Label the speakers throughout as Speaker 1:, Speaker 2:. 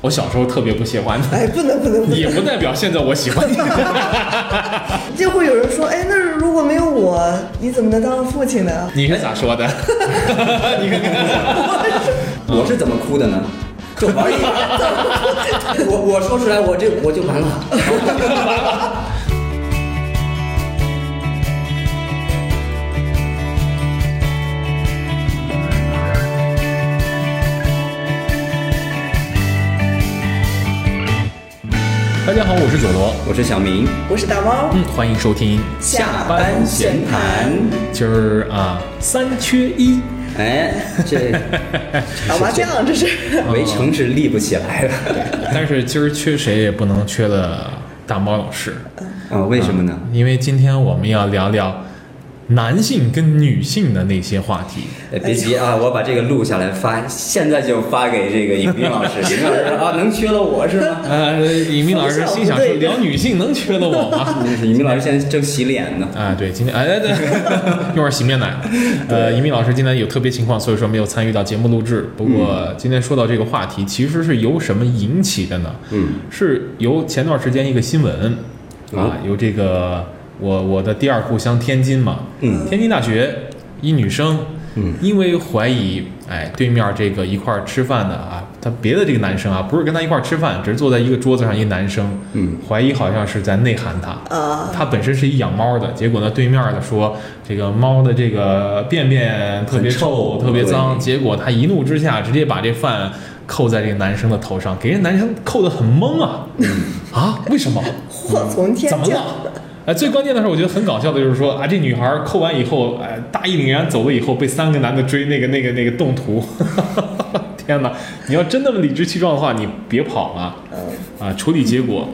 Speaker 1: 我小时候特别不喜欢的，
Speaker 2: 哎，不能不能不
Speaker 1: 也
Speaker 2: 能，
Speaker 1: 不代表现在我喜欢。
Speaker 2: 就会有人说，哎，那如果没有我，你怎么能当父亲呢？
Speaker 1: 你是咋说的？ 你看看，
Speaker 3: 我是怎么哭的 呢？就玩一个， 我我说出来，我这我就完了。
Speaker 1: 大家好，我是佐罗，
Speaker 3: 我是小明，
Speaker 2: 我是大猫，
Speaker 1: 嗯，欢迎收听。
Speaker 2: 下班闲谈。
Speaker 1: 今儿啊，三缺一，
Speaker 3: 哎，这
Speaker 2: 打麻将这是。
Speaker 3: 围城是立不起来了。
Speaker 1: 但是今儿缺谁也不能缺了大猫老师，
Speaker 3: 啊，为什么呢？
Speaker 1: 因为今天我们要聊聊男性跟女性的那些话题。
Speaker 3: 哎别急啊，我把这个录下来发，现在就发给这个尹斌老 师。尹斌老师啊，能缺了我是 吗？
Speaker 1: 呃，尹明老师心想说，聊女性能缺了我吗？
Speaker 3: 尹斌老师现在正洗脸呢。
Speaker 1: 啊，对，今天哎哎对， 用点洗面奶。呃，一鸣老师今天有特别情况，所以说没有参与到节目录制。不
Speaker 3: 嗯
Speaker 1: 过今天说到这个话题，其实是由什么引起的呢？
Speaker 3: 嗯，
Speaker 1: 是由前段时间一个新闻
Speaker 3: 哦
Speaker 1: 啊，由这个我我的第二故乡天津嘛，
Speaker 3: 嗯，
Speaker 1: 天津大学一女生，
Speaker 3: 嗯，
Speaker 1: 因为怀疑哎对面这个一块儿吃饭的啊，他别的这个男生啊，不是跟他一块儿吃饭，只是坐在一个桌子上一男生，
Speaker 3: 嗯，
Speaker 1: 怀疑好像是在内涵他，
Speaker 2: 啊，
Speaker 1: 他本身是一养猫的，结果呢，对面的说这个猫的这个便便特别臭，
Speaker 3: 很臭
Speaker 1: 特别脏，
Speaker 3: 对
Speaker 1: 结果他一怒之下直接把这饭扣在这个男生的头上，给人男生扣得很懵啊，
Speaker 3: 嗯
Speaker 1: 啊，为什么？
Speaker 2: 祸从天
Speaker 1: 怎么
Speaker 2: 降。
Speaker 1: 了？哎，最关键的是，我觉得很搞笑的就是说啊，这女孩扣完以后，哎，大义凛然走了以后，被三个男的追那个那个那个动图。 天哪！你要真那么理直气壮的话，你别跑了。
Speaker 2: 嗯
Speaker 1: 啊，处理结果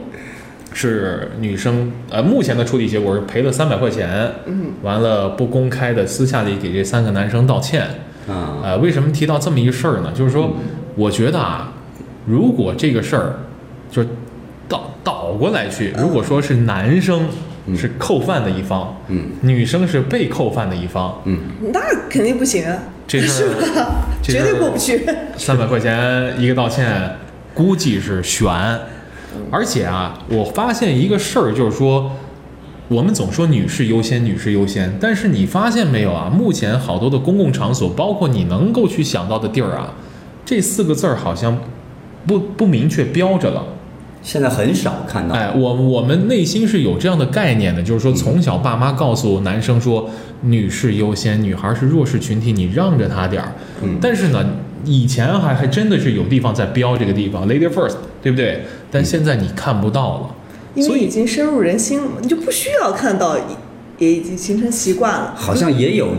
Speaker 1: 是女生呃，目前的处理结果是赔了三百块钱。嗯，完了不公开的私下里给这三个男生道歉。
Speaker 3: 啊，
Speaker 1: 呃，为什么提到这么一个事儿呢？就是说，我觉得啊，如果这个事儿就是倒倒过来去，如果说是男生是扣饭的一方，
Speaker 3: 嗯，
Speaker 1: 女生是被扣饭的一方，
Speaker 3: 嗯，
Speaker 2: 那肯定不行啊，
Speaker 1: 这事
Speaker 2: 是
Speaker 1: 儿
Speaker 2: 吧？
Speaker 1: 这
Speaker 2: 绝
Speaker 1: 事
Speaker 2: 对
Speaker 1: 儿
Speaker 2: 过不去。
Speaker 1: 三百块钱一个道歉，估计是悬。而且啊，我发现一个事儿，就是说，我们总说女士优先，女士优先，但是你发现没有啊？目前好多的公共场所，包括你能够去想到的地儿啊，这四个字儿好像不不明确标着了。
Speaker 3: 现在很少看到。嗯
Speaker 1: 哎，我我们内心是有这样的概念的，就是说从小爸妈告诉男生说女士优先，女孩是弱势群体，你让着她点儿。
Speaker 3: 嗯
Speaker 1: 但是呢，以前还还真的是有地方在标这个地方 “lady first”，对不对？
Speaker 3: 嗯
Speaker 1: 但现在你看不到了。
Speaker 2: 因
Speaker 1: 所
Speaker 2: 为
Speaker 1: 以
Speaker 2: 已经深入人心了嘛，你就不需要看到，也也已经形成习惯了。
Speaker 3: 好像也有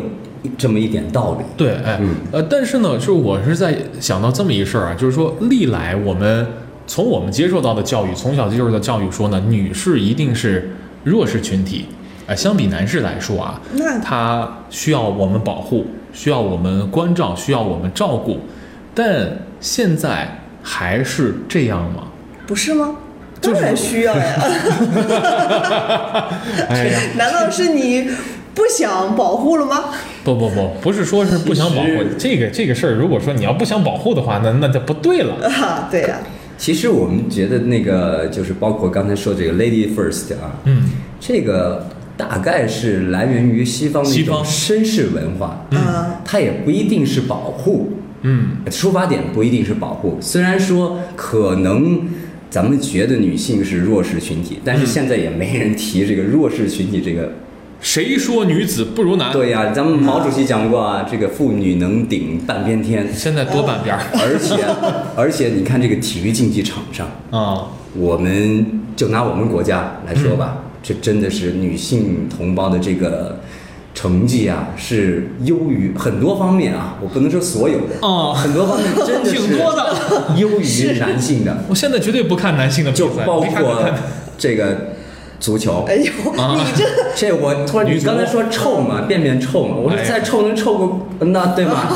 Speaker 3: 这么一点道理。
Speaker 1: 对，哎，
Speaker 3: 嗯
Speaker 1: 呃，但是呢，是我是在想到这么一事儿啊，就是说，历来我们从我们接受到的教育，从小接受到教育说呢，女士一定是弱势群体，哎、相比男士来说啊，
Speaker 2: 那
Speaker 1: 她需要我们保护，需要我们关照，需要我们照顾，但现在还是这样吗？
Speaker 2: 不是吗？
Speaker 1: 就
Speaker 2: 当
Speaker 1: 是
Speaker 2: 然需 要呀，
Speaker 1: 哎呀，
Speaker 2: 难道是你不想保护了吗？
Speaker 1: 不不不，不是说是不想保护
Speaker 3: 其实
Speaker 1: 这个这个事儿，如果说你要不想保护的话，那那就不对了。
Speaker 2: 啊，对呀、
Speaker 3: 其实我们觉得那个就是包括刚才说这个 “lady first” 啊，
Speaker 1: 嗯，
Speaker 3: 这个大概是来源于西方的一种绅士文化，
Speaker 2: 嗯啊
Speaker 3: 它也不一定是保护，
Speaker 1: 嗯，
Speaker 3: 出发点不一定是保护。虽然说可能咱们觉得女性是弱势群体，但是现在也没人提这个弱势群体这个。
Speaker 1: 谁说女子不如男？
Speaker 3: 对呀、咱们毛主席讲过啊，这个妇女能顶半边天，
Speaker 1: 现在多半边儿
Speaker 3: 而 且而且你看这个体育竞技场上。
Speaker 1: 啊，
Speaker 3: 我们就拿我们国家来说
Speaker 1: 嗯
Speaker 3: 吧，这真的是女性同胞的这个成绩啊，是优于很多方面啊，我不能说所有的，
Speaker 1: 哦
Speaker 3: 很多方面真的 是
Speaker 1: 挺多的
Speaker 3: 优于男性的，
Speaker 1: 我现在绝对不看男性的比
Speaker 3: 就
Speaker 1: 赛，
Speaker 3: 包
Speaker 1: 没看没
Speaker 3: 括
Speaker 1: 看
Speaker 3: 这个足球
Speaker 2: 哎。呦，
Speaker 1: 啊
Speaker 2: 你这
Speaker 3: 这我突然，
Speaker 1: 女
Speaker 3: 你
Speaker 1: 足
Speaker 3: 刚才说臭嘛，便便臭嘛，我说
Speaker 1: 哎呀
Speaker 3: 再臭能臭过那对吗？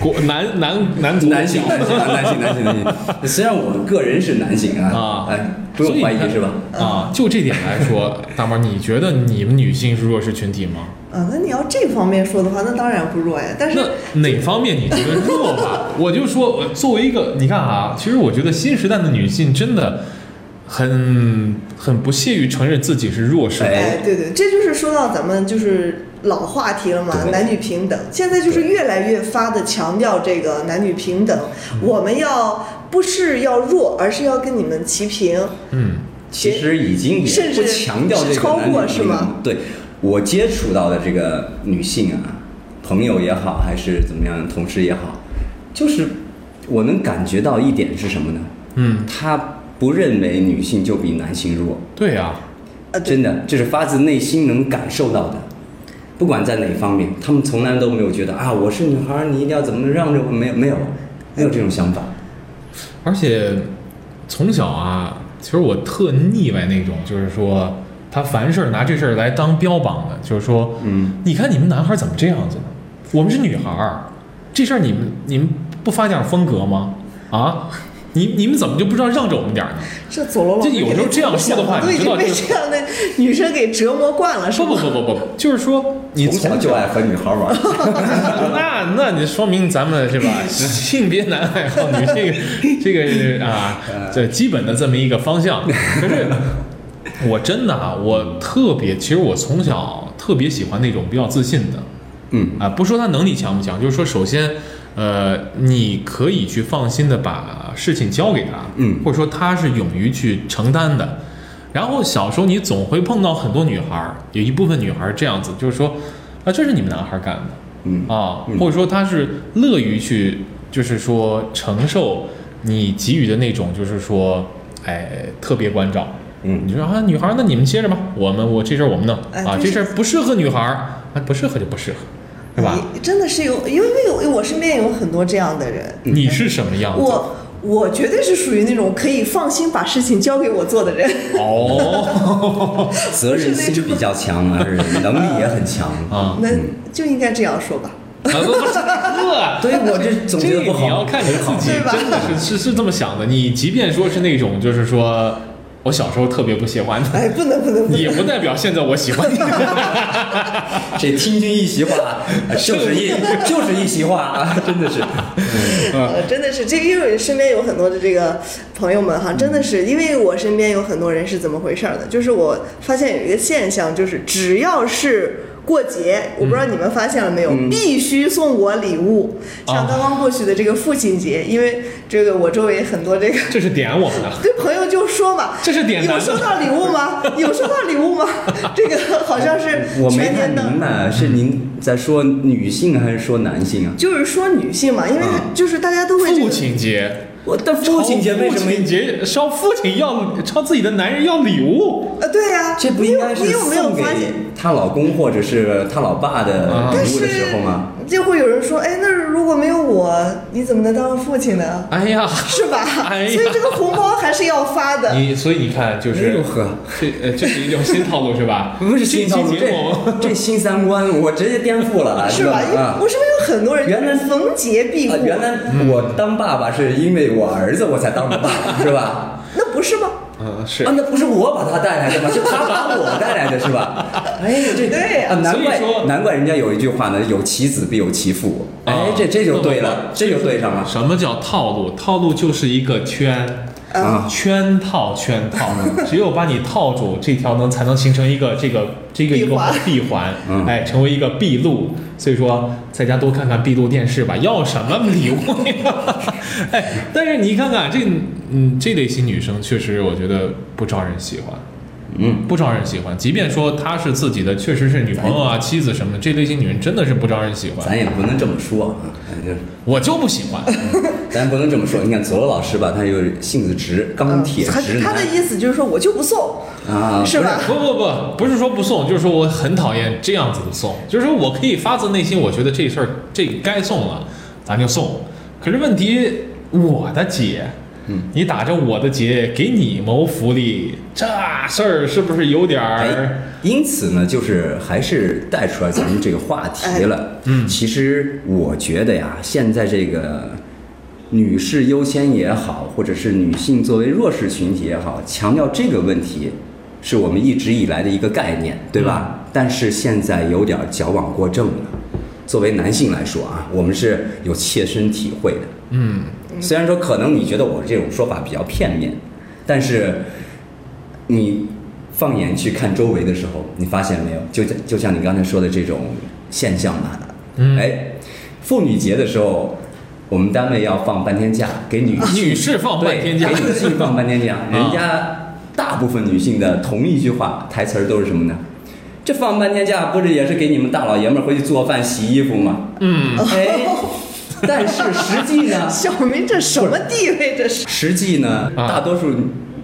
Speaker 1: 国男男 男足
Speaker 3: 男性，男性，男性，男 性，男性。虽然我个人是男性啊
Speaker 1: 啊，，
Speaker 3: 哎，不
Speaker 1: 所以
Speaker 3: 用
Speaker 1: 你
Speaker 3: 怀疑
Speaker 1: 看
Speaker 3: 是吧？
Speaker 1: 啊，就这点来说，大毛，你觉得你们女性是弱势群体吗？
Speaker 2: 啊，那你要这方面说的话，那当然不弱呀。但是
Speaker 1: 那哪方面你觉得弱吧？ 我就说，我作为一个，你看啊，其实我觉得新时代的女性真的很很不屑于承认自己是弱势。
Speaker 3: 哎
Speaker 2: 哎，对对，这就是说到咱们就是老话题了嘛，
Speaker 3: 对
Speaker 2: 男女平等。现在就是越来越发的强调这个男女平等，
Speaker 1: 嗯
Speaker 2: 我们要不是要弱，而是要跟你们齐平。
Speaker 1: 嗯，
Speaker 3: 其实已经也
Speaker 2: 甚
Speaker 3: 不
Speaker 2: 至
Speaker 3: 强调这
Speaker 2: 是
Speaker 3: 个
Speaker 2: 超
Speaker 3: 男女
Speaker 2: 过
Speaker 3: 平
Speaker 2: 是吗
Speaker 3: 等对我接触到的这个女性啊，朋友也好，还是怎么样，同事也好，就是我能感觉到一点是什么呢？
Speaker 1: 嗯，
Speaker 3: 她不认为女性就比男性弱，
Speaker 1: 对啊呀、
Speaker 2: 呃，对
Speaker 3: 真的，这是发自内心能感受到的。不管在哪方面，他们从来都没有觉得啊，我是女孩儿，你一定要怎么让着我，没有没有没有这种想法。
Speaker 1: 而且从小啊，其实我特腻歪那种，就是说他凡事拿这事儿来当标榜的，就是说，
Speaker 3: 嗯，
Speaker 1: 你看你们男孩儿怎么这样子呢？我们是女孩儿，这事儿你们你们不发点风格吗？啊，你你们怎么就不知道让着我们点儿呢？
Speaker 2: 这走楼老
Speaker 1: 这有时候这样说的话
Speaker 2: 都已
Speaker 1: 你知道
Speaker 2: 经被
Speaker 1: 这个
Speaker 2: 这样的女生给折磨惯了，是
Speaker 1: 不
Speaker 2: 吗？
Speaker 1: 不不不不不，就是说你
Speaker 3: 从小就爱和女孩儿玩儿，
Speaker 1: 那那你说明咱们是吧？性别男爱好女，这个这个是啊，这基本的这么一个方向。可是我真的啊，我特别，其实我从小特别喜欢那种比较自信的
Speaker 3: 嗯，
Speaker 1: 啊，不说他能力强不强，就是说首先。呃，你可以去放心的把事情交给他，
Speaker 3: 嗯
Speaker 1: 或者说他是勇于去承担的。然后小时候你总会碰到很多女孩儿，有一部分女孩儿这样子，就是说，啊，这是你们男孩儿干的，
Speaker 3: 嗯
Speaker 1: 啊
Speaker 3: 嗯，
Speaker 1: 或者说他是乐于去，就是说承受你给予的那种，就是说，哎，特别关照。
Speaker 3: 嗯
Speaker 1: 你说啊，女孩儿，那你们歇着吧，我们我这事儿我们弄
Speaker 2: 哎
Speaker 1: 啊，这
Speaker 2: 这是
Speaker 1: 事儿不适合女孩儿，啊，不适合就不适合，是吧？
Speaker 2: 你真的是有，因为有我身边有很多这样的人，
Speaker 3: 嗯
Speaker 1: 你是什么样子？
Speaker 2: 我我绝对是属于那种可以放心把事情交给我做的人。
Speaker 1: 哦，
Speaker 3: 责任心比较强，而且能力也很强
Speaker 1: 啊。
Speaker 2: 那就应该这样说吧。
Speaker 1: 啊不不是这，
Speaker 3: 对，我这 总觉
Speaker 1: 这
Speaker 3: 得不好。
Speaker 1: 你要看你自 己
Speaker 2: 对，吧
Speaker 1: 真的是是是这么想的。你即便说是那种，就是说我小时候特别不喜欢的，
Speaker 2: 哎，不能不能不能，
Speaker 1: 也不代表现在我喜欢你。
Speaker 3: 这听君一席话，呃就是一就是一席话啊，真的是。
Speaker 2: 呃，真的是这个，因为身边有很多的这个朋友们
Speaker 3: 嗯
Speaker 2: 哈，真的是因为我身边有很多人是怎么回事儿呢？就是我发现有一个现象，就是只要是。过节，我不知道
Speaker 3: 嗯
Speaker 2: 你们发现了没有，必须送我礼物。像
Speaker 1: 啊
Speaker 2: 刚刚过去的这个父亲节，因为这个我周围很多这个
Speaker 1: 这是点我们的。
Speaker 2: 对朋友就说嘛，
Speaker 1: 这是点难
Speaker 2: 有
Speaker 1: 的
Speaker 2: 收到礼物 吗？有收到礼物吗？这个好像是
Speaker 3: 我没
Speaker 2: 全
Speaker 3: 太
Speaker 2: 年的。
Speaker 3: 明白，是您在说女性还是说男性啊？
Speaker 2: 就是说女性嘛，因为
Speaker 3: 嗯
Speaker 2: 就是大家都会、这
Speaker 1: 父
Speaker 2: 个、
Speaker 1: 亲节，哦
Speaker 3: 我但父亲节为什么
Speaker 1: 父亲节烧父亲要烧自己的男人要礼物？
Speaker 2: 呃，对呀、
Speaker 3: 这不
Speaker 2: 你
Speaker 3: 应
Speaker 2: 有
Speaker 3: 该是
Speaker 2: 你有没有
Speaker 3: 送给
Speaker 2: 发现？
Speaker 3: 她老公或者是她老爸的
Speaker 1: 啊
Speaker 2: 但
Speaker 3: 礼物
Speaker 2: 是
Speaker 3: 的时候吗？
Speaker 2: 就会有人说，哎，那如果没有我，你怎么能当父 亲呢？
Speaker 1: 哎呀，
Speaker 2: 是吧？
Speaker 1: 哎呀嗯
Speaker 2: 所以这个红包还是要发的。
Speaker 1: 你所以你看，就
Speaker 3: 哎
Speaker 1: 是
Speaker 3: 呦呵
Speaker 1: 这呃，这是一种新套路是吧？
Speaker 3: 不是新套路，
Speaker 1: 这期节
Speaker 3: 这
Speaker 1: 目
Speaker 3: 这新三观我直接颠覆了，
Speaker 2: 是
Speaker 3: 知道
Speaker 2: 吧？
Speaker 3: 吗
Speaker 2: 因为
Speaker 3: 啊
Speaker 2: 我身边有很多人
Speaker 3: 原来
Speaker 2: 就是逢节必
Speaker 3: 啊
Speaker 2: 过，
Speaker 3: 原来
Speaker 1: 嗯
Speaker 3: 我当爸爸是因为我儿子我才当的爸爸，是吧？
Speaker 2: 那不是吗？
Speaker 1: 嗯是
Speaker 3: 啊，。那不是我把他带来的吗？是他把我带来的是吧？哎呀，这
Speaker 2: 对呀
Speaker 3: 啊，难怪
Speaker 1: 所以说
Speaker 3: 难怪人家有一句话呢，有其子必有其父。
Speaker 1: 啊
Speaker 3: 哎，这这就对
Speaker 1: 不不
Speaker 3: 了，这就对上了。
Speaker 1: 什么叫套路？套路就是一个圈，
Speaker 3: 啊
Speaker 1: 圈套圈套，只有把你套住，这条能才能形成一个这个这个一
Speaker 2: 闭
Speaker 1: 个
Speaker 2: 环
Speaker 1: 闭环
Speaker 3: 嗯，
Speaker 1: 哎，成为一个闭路。所以说，在家多看看闭路电视吧，要什么礼物呀？哎，但是你看看这，嗯，这类型女生确实，我觉得不招人喜欢。
Speaker 3: 嗯，
Speaker 1: 不招人喜欢，即便说她是自己的，确实是女朋友啊、妻子什么的，这类型女人真的是不招人喜欢。
Speaker 3: 咱也不能这么说啊，哎就
Speaker 1: 我就不喜欢，
Speaker 3: 咱不能这么说。你看左老师吧，他又性子直，钢铁
Speaker 2: 嗯他
Speaker 3: 直
Speaker 2: 他的
Speaker 3: 男
Speaker 2: 意思就是说我就不送，
Speaker 3: 啊，
Speaker 2: 是吧？，
Speaker 1: 不不不，不是说不送，就是说我很讨厌这样子的送，就是说我可以发自内心，我觉得这事儿这该送了，咱就送。可是问题，我的姐，
Speaker 3: 嗯，
Speaker 1: 你打着我的节给你谋福利，这事儿是不是有点
Speaker 3: 哎
Speaker 1: 儿？，
Speaker 3: 因此呢，就是还是带出来咱们这个话题了。嗯，其实我觉得呀，现在这个女士优先也好，或者是女性作为弱势群体也好，强调这个问题，是我们一直以来的一个概念，对吧？但是现在有点矫枉过正了。作为男性来说啊，我们是有切身体会的。
Speaker 1: 嗯，
Speaker 3: 虽然说可能你觉得我这种说法比较片面，但是你放眼去看周围的时候，你发现没有？就像就像你刚才说的这种现象嘛，
Speaker 1: 嗯
Speaker 3: 哎，妇女节的时候，我们单位要放半天假，给女
Speaker 1: 啊女士放半天假，
Speaker 3: 对给女性放半天假
Speaker 1: 啊
Speaker 3: 人家大部分女性的同一句话台词儿都是什么呢？这放半天假不是也是给你们大老爷们儿回去做饭、洗衣服吗？
Speaker 1: 嗯，
Speaker 3: 哎，但是实 际呢
Speaker 2: 小明这什么地位？这是
Speaker 3: 实际呢，
Speaker 1: 啊
Speaker 3: 大多数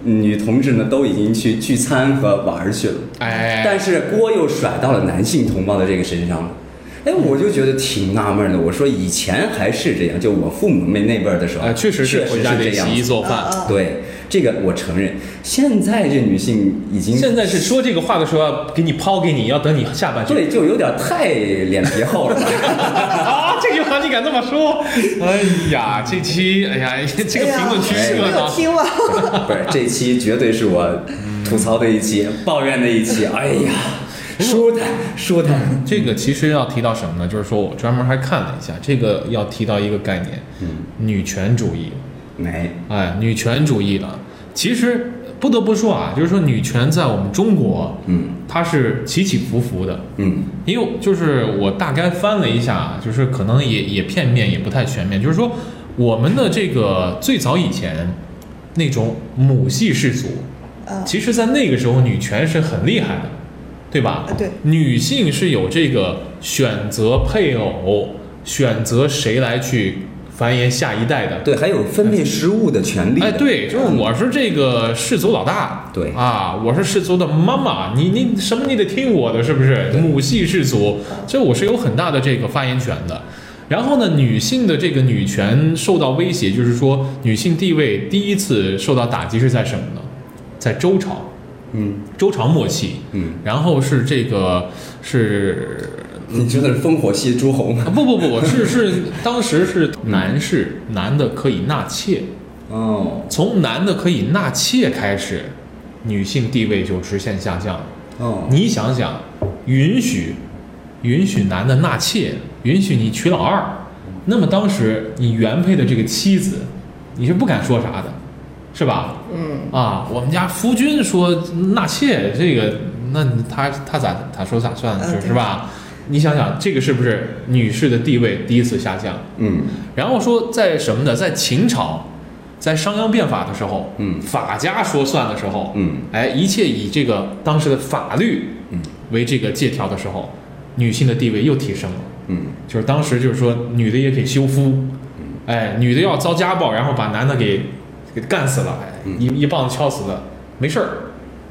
Speaker 3: 女同志呢都已经去聚餐和玩儿去了，
Speaker 1: 哎，
Speaker 3: 但是锅又甩到了男性同胞的这个身上了。哎，我就觉得挺纳闷的。我说以前还是这样，就我父母那那辈儿的时候，
Speaker 1: 呃，确实是
Speaker 3: 是
Speaker 1: 回家
Speaker 3: 这
Speaker 1: 得
Speaker 3: 样
Speaker 1: 洗衣
Speaker 3: 子。
Speaker 1: 做饭。
Speaker 2: 啊
Speaker 3: 对，这个我承认。现在这女性已经
Speaker 1: 现在是说这个话的时候要给你抛给你，要等你下半句。
Speaker 3: 对，就有点太脸皮厚 了。
Speaker 1: 啊，这句话你敢这么说？哎呀，这期哎呀，这个评论区
Speaker 2: 哎呀
Speaker 1: 热
Speaker 2: 没有
Speaker 1: 闹。
Speaker 2: 听完。
Speaker 3: 不是，这期绝对是我吐槽的一期，抱怨的一期。哎呀，舒坦舒坦。
Speaker 1: 这个其实要提到什么呢？就是说我专门还看了一下，这个要提到一个概念，女权主义。
Speaker 3: 没，
Speaker 1: 哎，女权主义了。其实不得不说啊，就是说女权在我们中国，
Speaker 3: 嗯
Speaker 1: 它是起起伏伏的。
Speaker 3: 嗯
Speaker 1: 因为就是我大概翻了一下，啊就是可能也也片面，也不太全面。就是说，我们的这个最早以前那种母系氏族，
Speaker 2: 啊
Speaker 1: 其实，在那个时候，女权是很厉害的，对吧
Speaker 2: 啊？对，
Speaker 1: 女性是有这个选择配偶、选择谁来去繁衍下一代的。
Speaker 3: 对，还有分配食物的权利的。
Speaker 1: 哎，对，就是我是这个氏族老大，
Speaker 3: 对
Speaker 1: 啊，我是氏族的妈妈，你你什么你得听我的，是不是？母系氏族，这我是有很大的这个发言权的。然后呢，女性的这个女权受到威胁，就是说女性地位第一次受到打击是在什么呢？在周朝，
Speaker 3: 嗯
Speaker 1: 周朝末期，
Speaker 3: 嗯，
Speaker 1: 然后是这个是
Speaker 3: 你真的是烽火戏诸侯吗？
Speaker 1: 啊不不不，是是当时是男士，男的可以纳妾，
Speaker 3: 哦
Speaker 1: 从男的可以纳妾开始，女性地位就直线下降。
Speaker 3: 哦，
Speaker 1: 你想想，允许允许男的纳妾，允许你娶老二，那么当时你原配的这个妻子，你是不敢说啥的，是吧？
Speaker 2: 嗯，
Speaker 1: 啊，我们家夫君说纳妾这个，那你他他咋他说咋算
Speaker 2: 嗯
Speaker 1: 是
Speaker 2: 对
Speaker 1: 是吧？你想想，这个是不是女士的地位第一次下降？
Speaker 3: 嗯
Speaker 1: 然后说在什么呢？在秦朝，在商鞅变法的时候，
Speaker 3: 嗯
Speaker 1: 法家说算的时候，
Speaker 3: 嗯，
Speaker 1: 哎，一切以这个当时的法律，
Speaker 3: 嗯，
Speaker 1: 为这个借条的时候，女性的地位又提升了。
Speaker 3: 嗯
Speaker 1: 就是当时就是说，女的也可以休夫，哎，女的要遭家暴，然后把男的给给干死了，哎
Speaker 3: 嗯
Speaker 1: 一一棒子敲死了，没事儿。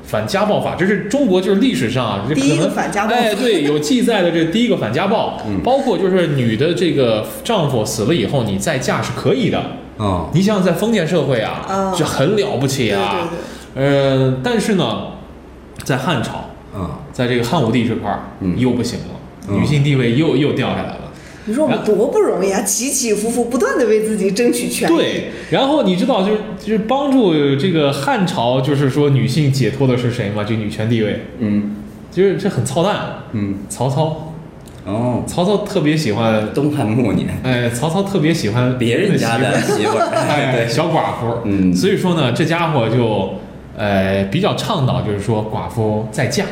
Speaker 1: 反家暴法，这是中国就是历史上啊，这可
Speaker 2: 第一个
Speaker 1: 能
Speaker 2: 反家暴
Speaker 1: 哎， 对，有记载的这第一个反家暴，
Speaker 3: 嗯
Speaker 1: 包括就是女的这个丈夫死了以后，你再嫁是可以的。
Speaker 3: 哦
Speaker 1: 你想想，在封建社会啊，
Speaker 2: 啊
Speaker 1: 这很了不起
Speaker 2: 对
Speaker 1: 啊。
Speaker 2: 对对。
Speaker 1: 呃，但是呢，在汉朝，
Speaker 3: 啊
Speaker 1: 在这个汉武帝这块儿、
Speaker 3: 嗯
Speaker 1: 又不行了，
Speaker 3: 嗯
Speaker 1: 女性地位又又掉下来了。
Speaker 2: 你说我们多不容易啊，起起伏伏，不断的为自己争取权益。
Speaker 1: 对，然后你知道就是就是帮助这个汉朝，就是说女性解脱的是谁吗？就女权地位，
Speaker 3: 嗯
Speaker 1: 就是这很操蛋。
Speaker 3: 嗯
Speaker 1: 曹操，
Speaker 3: 哦，
Speaker 1: 曹操特别喜欢，
Speaker 3: 东汉末年，
Speaker 1: 哎，曹操特别喜欢
Speaker 3: 别人家的媳妇 儿，哎
Speaker 1: 哎，
Speaker 3: 对，
Speaker 1: 小寡妇，
Speaker 3: 嗯
Speaker 1: 所以说呢，这家伙就，呃，比较倡导就是说寡妇再嫁，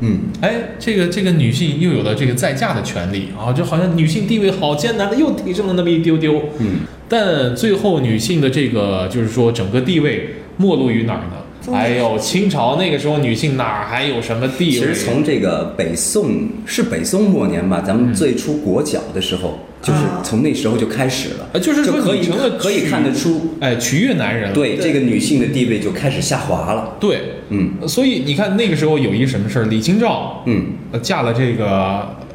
Speaker 3: 嗯
Speaker 1: 哎，这个这个女性又有了这个再嫁的权利啊，就好像女性地位好艰难的又提升了那么一丢丢，
Speaker 3: 嗯
Speaker 1: 但最后女性的这个就是说整个地位没落于哪儿呢？
Speaker 2: 中间
Speaker 1: 哎呦，清朝那个时候女性哪还有什么
Speaker 3: 其
Speaker 1: 地位？
Speaker 3: 实从这个北宋是北宋末年吧，咱
Speaker 1: 嗯
Speaker 3: 们最初国脚的时候，就是
Speaker 2: 啊
Speaker 3: 从那时候就开始了，
Speaker 1: 呃就是
Speaker 3: 就
Speaker 1: 说
Speaker 3: 可
Speaker 1: 你
Speaker 3: 以
Speaker 1: 成了
Speaker 3: 可以
Speaker 1: 取
Speaker 3: 看得出，
Speaker 1: 哎取悦男人了，
Speaker 3: 对这个女性的地位就开始下滑了。
Speaker 1: 对，
Speaker 3: 嗯
Speaker 1: 所以你看那个时候有一什么事儿，李清照
Speaker 3: 嗯
Speaker 1: 呃嫁了这个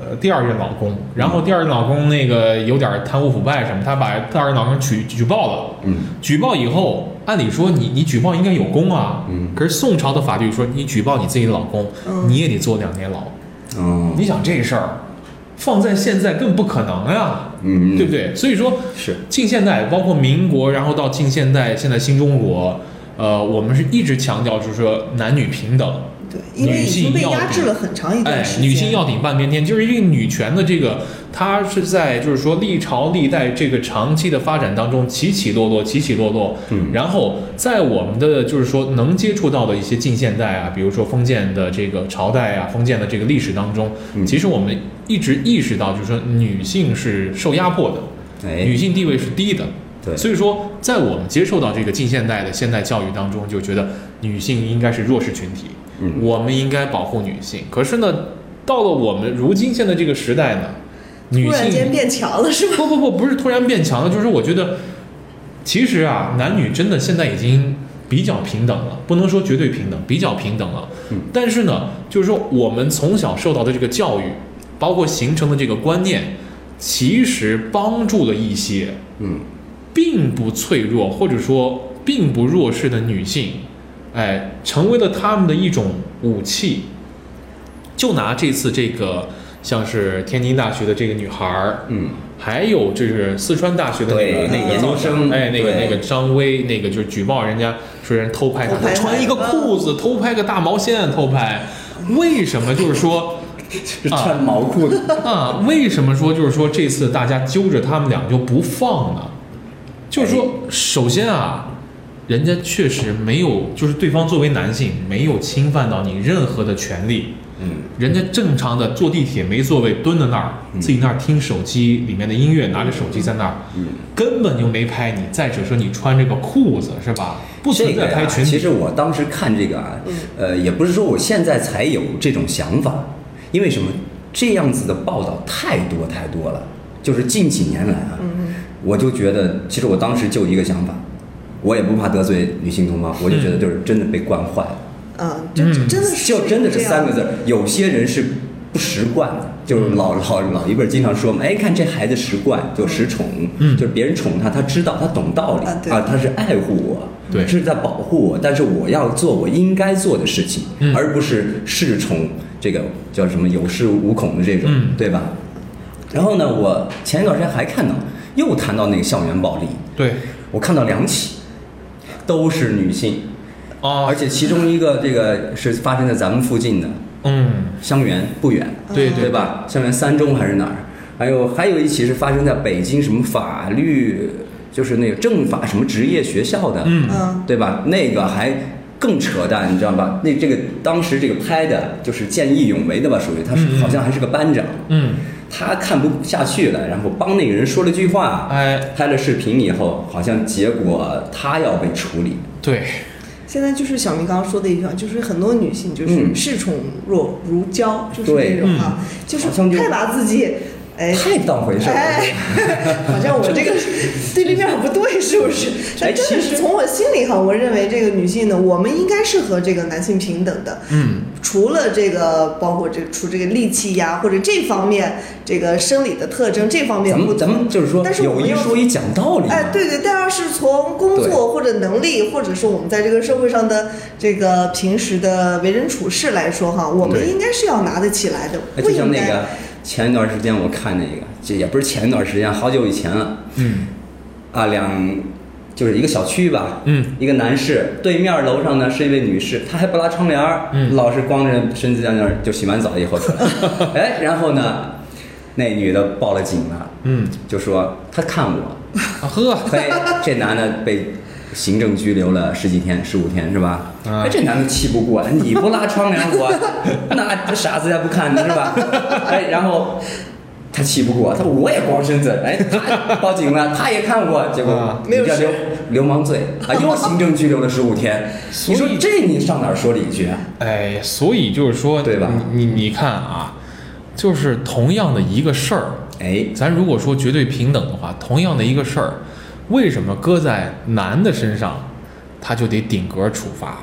Speaker 1: 呃第二任老公，然后第二任老公那个有点贪污腐败什么，她把第二任老公举举报了，
Speaker 3: 嗯
Speaker 1: 举报以后，按理说你你举报应该有功啊，
Speaker 3: 嗯
Speaker 1: 可是宋朝的法律说你举报你自己的老公，
Speaker 2: 嗯
Speaker 1: 你也得坐两年牢。
Speaker 3: 哦
Speaker 1: 你想这事儿，放在现在更不可能呀，
Speaker 3: 嗯
Speaker 1: 对不对？所以说，
Speaker 3: 是
Speaker 1: 近现代包括民国，然后到近现代，现在新中国，呃，我们是一直强调就是说男女平等，
Speaker 2: 对，因为已经被压制了很长一
Speaker 1: 哎
Speaker 2: 段时，间。
Speaker 1: 女性要顶半边天，就是因为女权的这个，它是在就是说历朝历代这个长期的发展当中起起落落，起起落落。
Speaker 3: 嗯
Speaker 1: 然后在我们的就是说能接触到的一些近现代啊，比如说封建的这个朝代啊，封建的这个历史当中，
Speaker 3: 嗯
Speaker 1: 其实我们一直意识到，就是说女性是受压迫的，女
Speaker 3: 哎，
Speaker 1: 性地位是低的。
Speaker 3: 对，
Speaker 1: 所以说，在我们接受到这个近现代的现代教育当中，就觉得女性应该是弱势群体，
Speaker 3: 嗯
Speaker 1: 我们应该保护女性。可是呢，到了我们如今现在这个时代呢，女
Speaker 2: 突然间
Speaker 1: 性
Speaker 2: 变强了是吧？
Speaker 1: 不不不不是突然变强了，就是我觉得，其实啊，男女真的现在已经比较平等了，不能说绝对平等，比较平等了。
Speaker 3: 嗯
Speaker 1: 但是呢，就是说我们从小受到的这个教育，包括形成的这个观念，其实帮助了一些。
Speaker 3: 嗯
Speaker 1: 并不脆弱，或者说并不弱势的女性，哎，成为了他们的一种武器。就拿这次这个，像是天津大学的这个女孩儿，
Speaker 3: 嗯，
Speaker 1: 还有就是四川大学的那个
Speaker 3: 对
Speaker 1: 那个
Speaker 2: 研
Speaker 3: 究
Speaker 1: 造
Speaker 3: 生
Speaker 1: 哎，那个
Speaker 3: 对
Speaker 1: 那个张薇，那个就是举报人家说人偷拍她
Speaker 2: 偷拍她嗯
Speaker 1: 穿一个裤子，偷拍个大毛线，偷拍，为什么就是说？
Speaker 3: 是穿毛裤的，
Speaker 1: 啊，为什么说就是说这次大家揪着他们俩就不放呢？就是说，首先啊，人家确实没有，就是对方作为男性没有侵犯到你任何的权利，
Speaker 3: 嗯
Speaker 1: 人家正常的坐地铁没座位蹲在那儿，
Speaker 3: 嗯
Speaker 1: 自己那儿听手机里面的音乐，拿着手机在那儿，
Speaker 3: 嗯。
Speaker 1: 根本就没拍你。再者说你穿这个裤子是吧？ 不存
Speaker 3: 这个
Speaker 1: 在
Speaker 3: 呀
Speaker 1: 拍裙
Speaker 3: 其
Speaker 1: 子。
Speaker 3: 实我当时看这个啊，呃，也不是说我现在才有这种想法，因为什么？这样子的报道太多太多了，就是近几年来啊，我就觉得，其实我当时就一个想法，我也不怕得罪女性同胞，我就觉得就是真的被惯坏了。
Speaker 2: 啊，就
Speaker 1: 嗯
Speaker 2: 真的是
Speaker 3: 就真的是
Speaker 2: 这样
Speaker 3: 三个字儿，有些人是不识惯的，就是老老老一辈儿经常说嘛，哎，看这孩子识惯，就识宠，
Speaker 1: 嗯
Speaker 3: 就是别人宠他，他知道，他懂道理
Speaker 2: 啊对
Speaker 3: 他是爱护我，
Speaker 1: 对
Speaker 3: 是在保护我，但是我要做我应该做的事情，
Speaker 1: 嗯
Speaker 3: 而不是恃宠这个叫什么有恃无恐的这种，
Speaker 1: 嗯
Speaker 3: 对吧？然后呢，我前一段时间还看到又谈到那个校园暴力，
Speaker 1: 对，
Speaker 3: 我看到两起，都是女性。
Speaker 1: 啊，
Speaker 3: 而且其中一个这个是发生在咱们附近的
Speaker 1: 嗯，
Speaker 3: 香园不远，
Speaker 1: 对
Speaker 3: 对吧？香园三中还是哪儿？还有还有一起是发生在北京什么法律，就是那个政法什么职业学校的，
Speaker 1: 嗯
Speaker 2: 嗯
Speaker 3: 对吧？那个还更扯淡，你知道吧？那这个当时这个拍的就是见义勇为的吧，属于他是
Speaker 1: 嗯嗯
Speaker 3: 好像还是个班长，
Speaker 1: 嗯，
Speaker 3: 他看不下去了，然后帮那个人说了句话，
Speaker 1: 哎，
Speaker 3: 拍了视频以后，好像结果他要被处理，
Speaker 1: 对，
Speaker 2: 现在就是小明刚刚说的一句话，就是很多女性就是
Speaker 3: 嗯
Speaker 2: 恃宠若如骄，就是
Speaker 3: 对
Speaker 1: 嗯
Speaker 2: 那种哈，就是
Speaker 3: 好像就
Speaker 2: 太把自己，哎，
Speaker 3: 太当回事儿了。
Speaker 2: 哎， 好像我这个对立面儿不对，是不是？
Speaker 3: 哎
Speaker 2: 但真的
Speaker 3: 其
Speaker 2: 是
Speaker 3: 实
Speaker 2: 从我心里哈，我认为这个女性呢，我们应该是和这个男性平等的。
Speaker 1: 嗯。
Speaker 2: 除了这个，包括这除这个力气呀，或者这方面这个生理的特征这方面
Speaker 3: 咱
Speaker 2: 不
Speaker 3: 们咱们就是说
Speaker 2: 但是我
Speaker 3: 有
Speaker 2: 们
Speaker 3: 一
Speaker 2: 要
Speaker 3: 说一讲道理嘛，
Speaker 2: 哎，对对，但要是从工
Speaker 3: 对
Speaker 2: 作或者能力，或者说我们在这个社会上的这个平时的为人处事来说哈，我们
Speaker 3: 对
Speaker 2: 应该是要拿得起来的，
Speaker 3: 哎
Speaker 2: 不
Speaker 3: 就像
Speaker 2: 应
Speaker 3: 那
Speaker 2: 该
Speaker 3: 个前一段时间我看那个，这也不是前一段时间，好久以前了
Speaker 1: 嗯
Speaker 3: 啊，两就是一个小区吧，
Speaker 1: 嗯，
Speaker 3: 一个男士对面楼上呢是一位女士，她还不拉窗帘儿，
Speaker 1: 嗯
Speaker 3: 老是光着身子在那儿就洗完澡以后出来，哎，然后呢，那女的报了警了，
Speaker 1: 嗯，
Speaker 3: 就说她看我，
Speaker 1: 啊呵，
Speaker 3: 嘿，这男的被行政拘留了十几天、十五天是吧？
Speaker 1: 啊
Speaker 3: 哎，这男的气不过，你不拉窗帘我， 那这傻子也不看你是吧？哎，然后他气不过，他说我也光身子，哎，他报警 了，他也看我，结果
Speaker 1: 啊
Speaker 2: 没有
Speaker 3: 你这
Speaker 2: 事
Speaker 3: 流流氓罪啊，又行政拘留了十五天。
Speaker 1: 所
Speaker 3: 你
Speaker 1: 以
Speaker 3: 说这你上哪儿说理去啊？
Speaker 1: 哎，所以就是说，
Speaker 3: 对吧
Speaker 1: 你你你看啊，就是同样的一个事儿，
Speaker 3: 哎，
Speaker 1: 咱如果说绝对平等的话，同样的一个事儿，为什么搁在男的身上，他就得顶格处罚？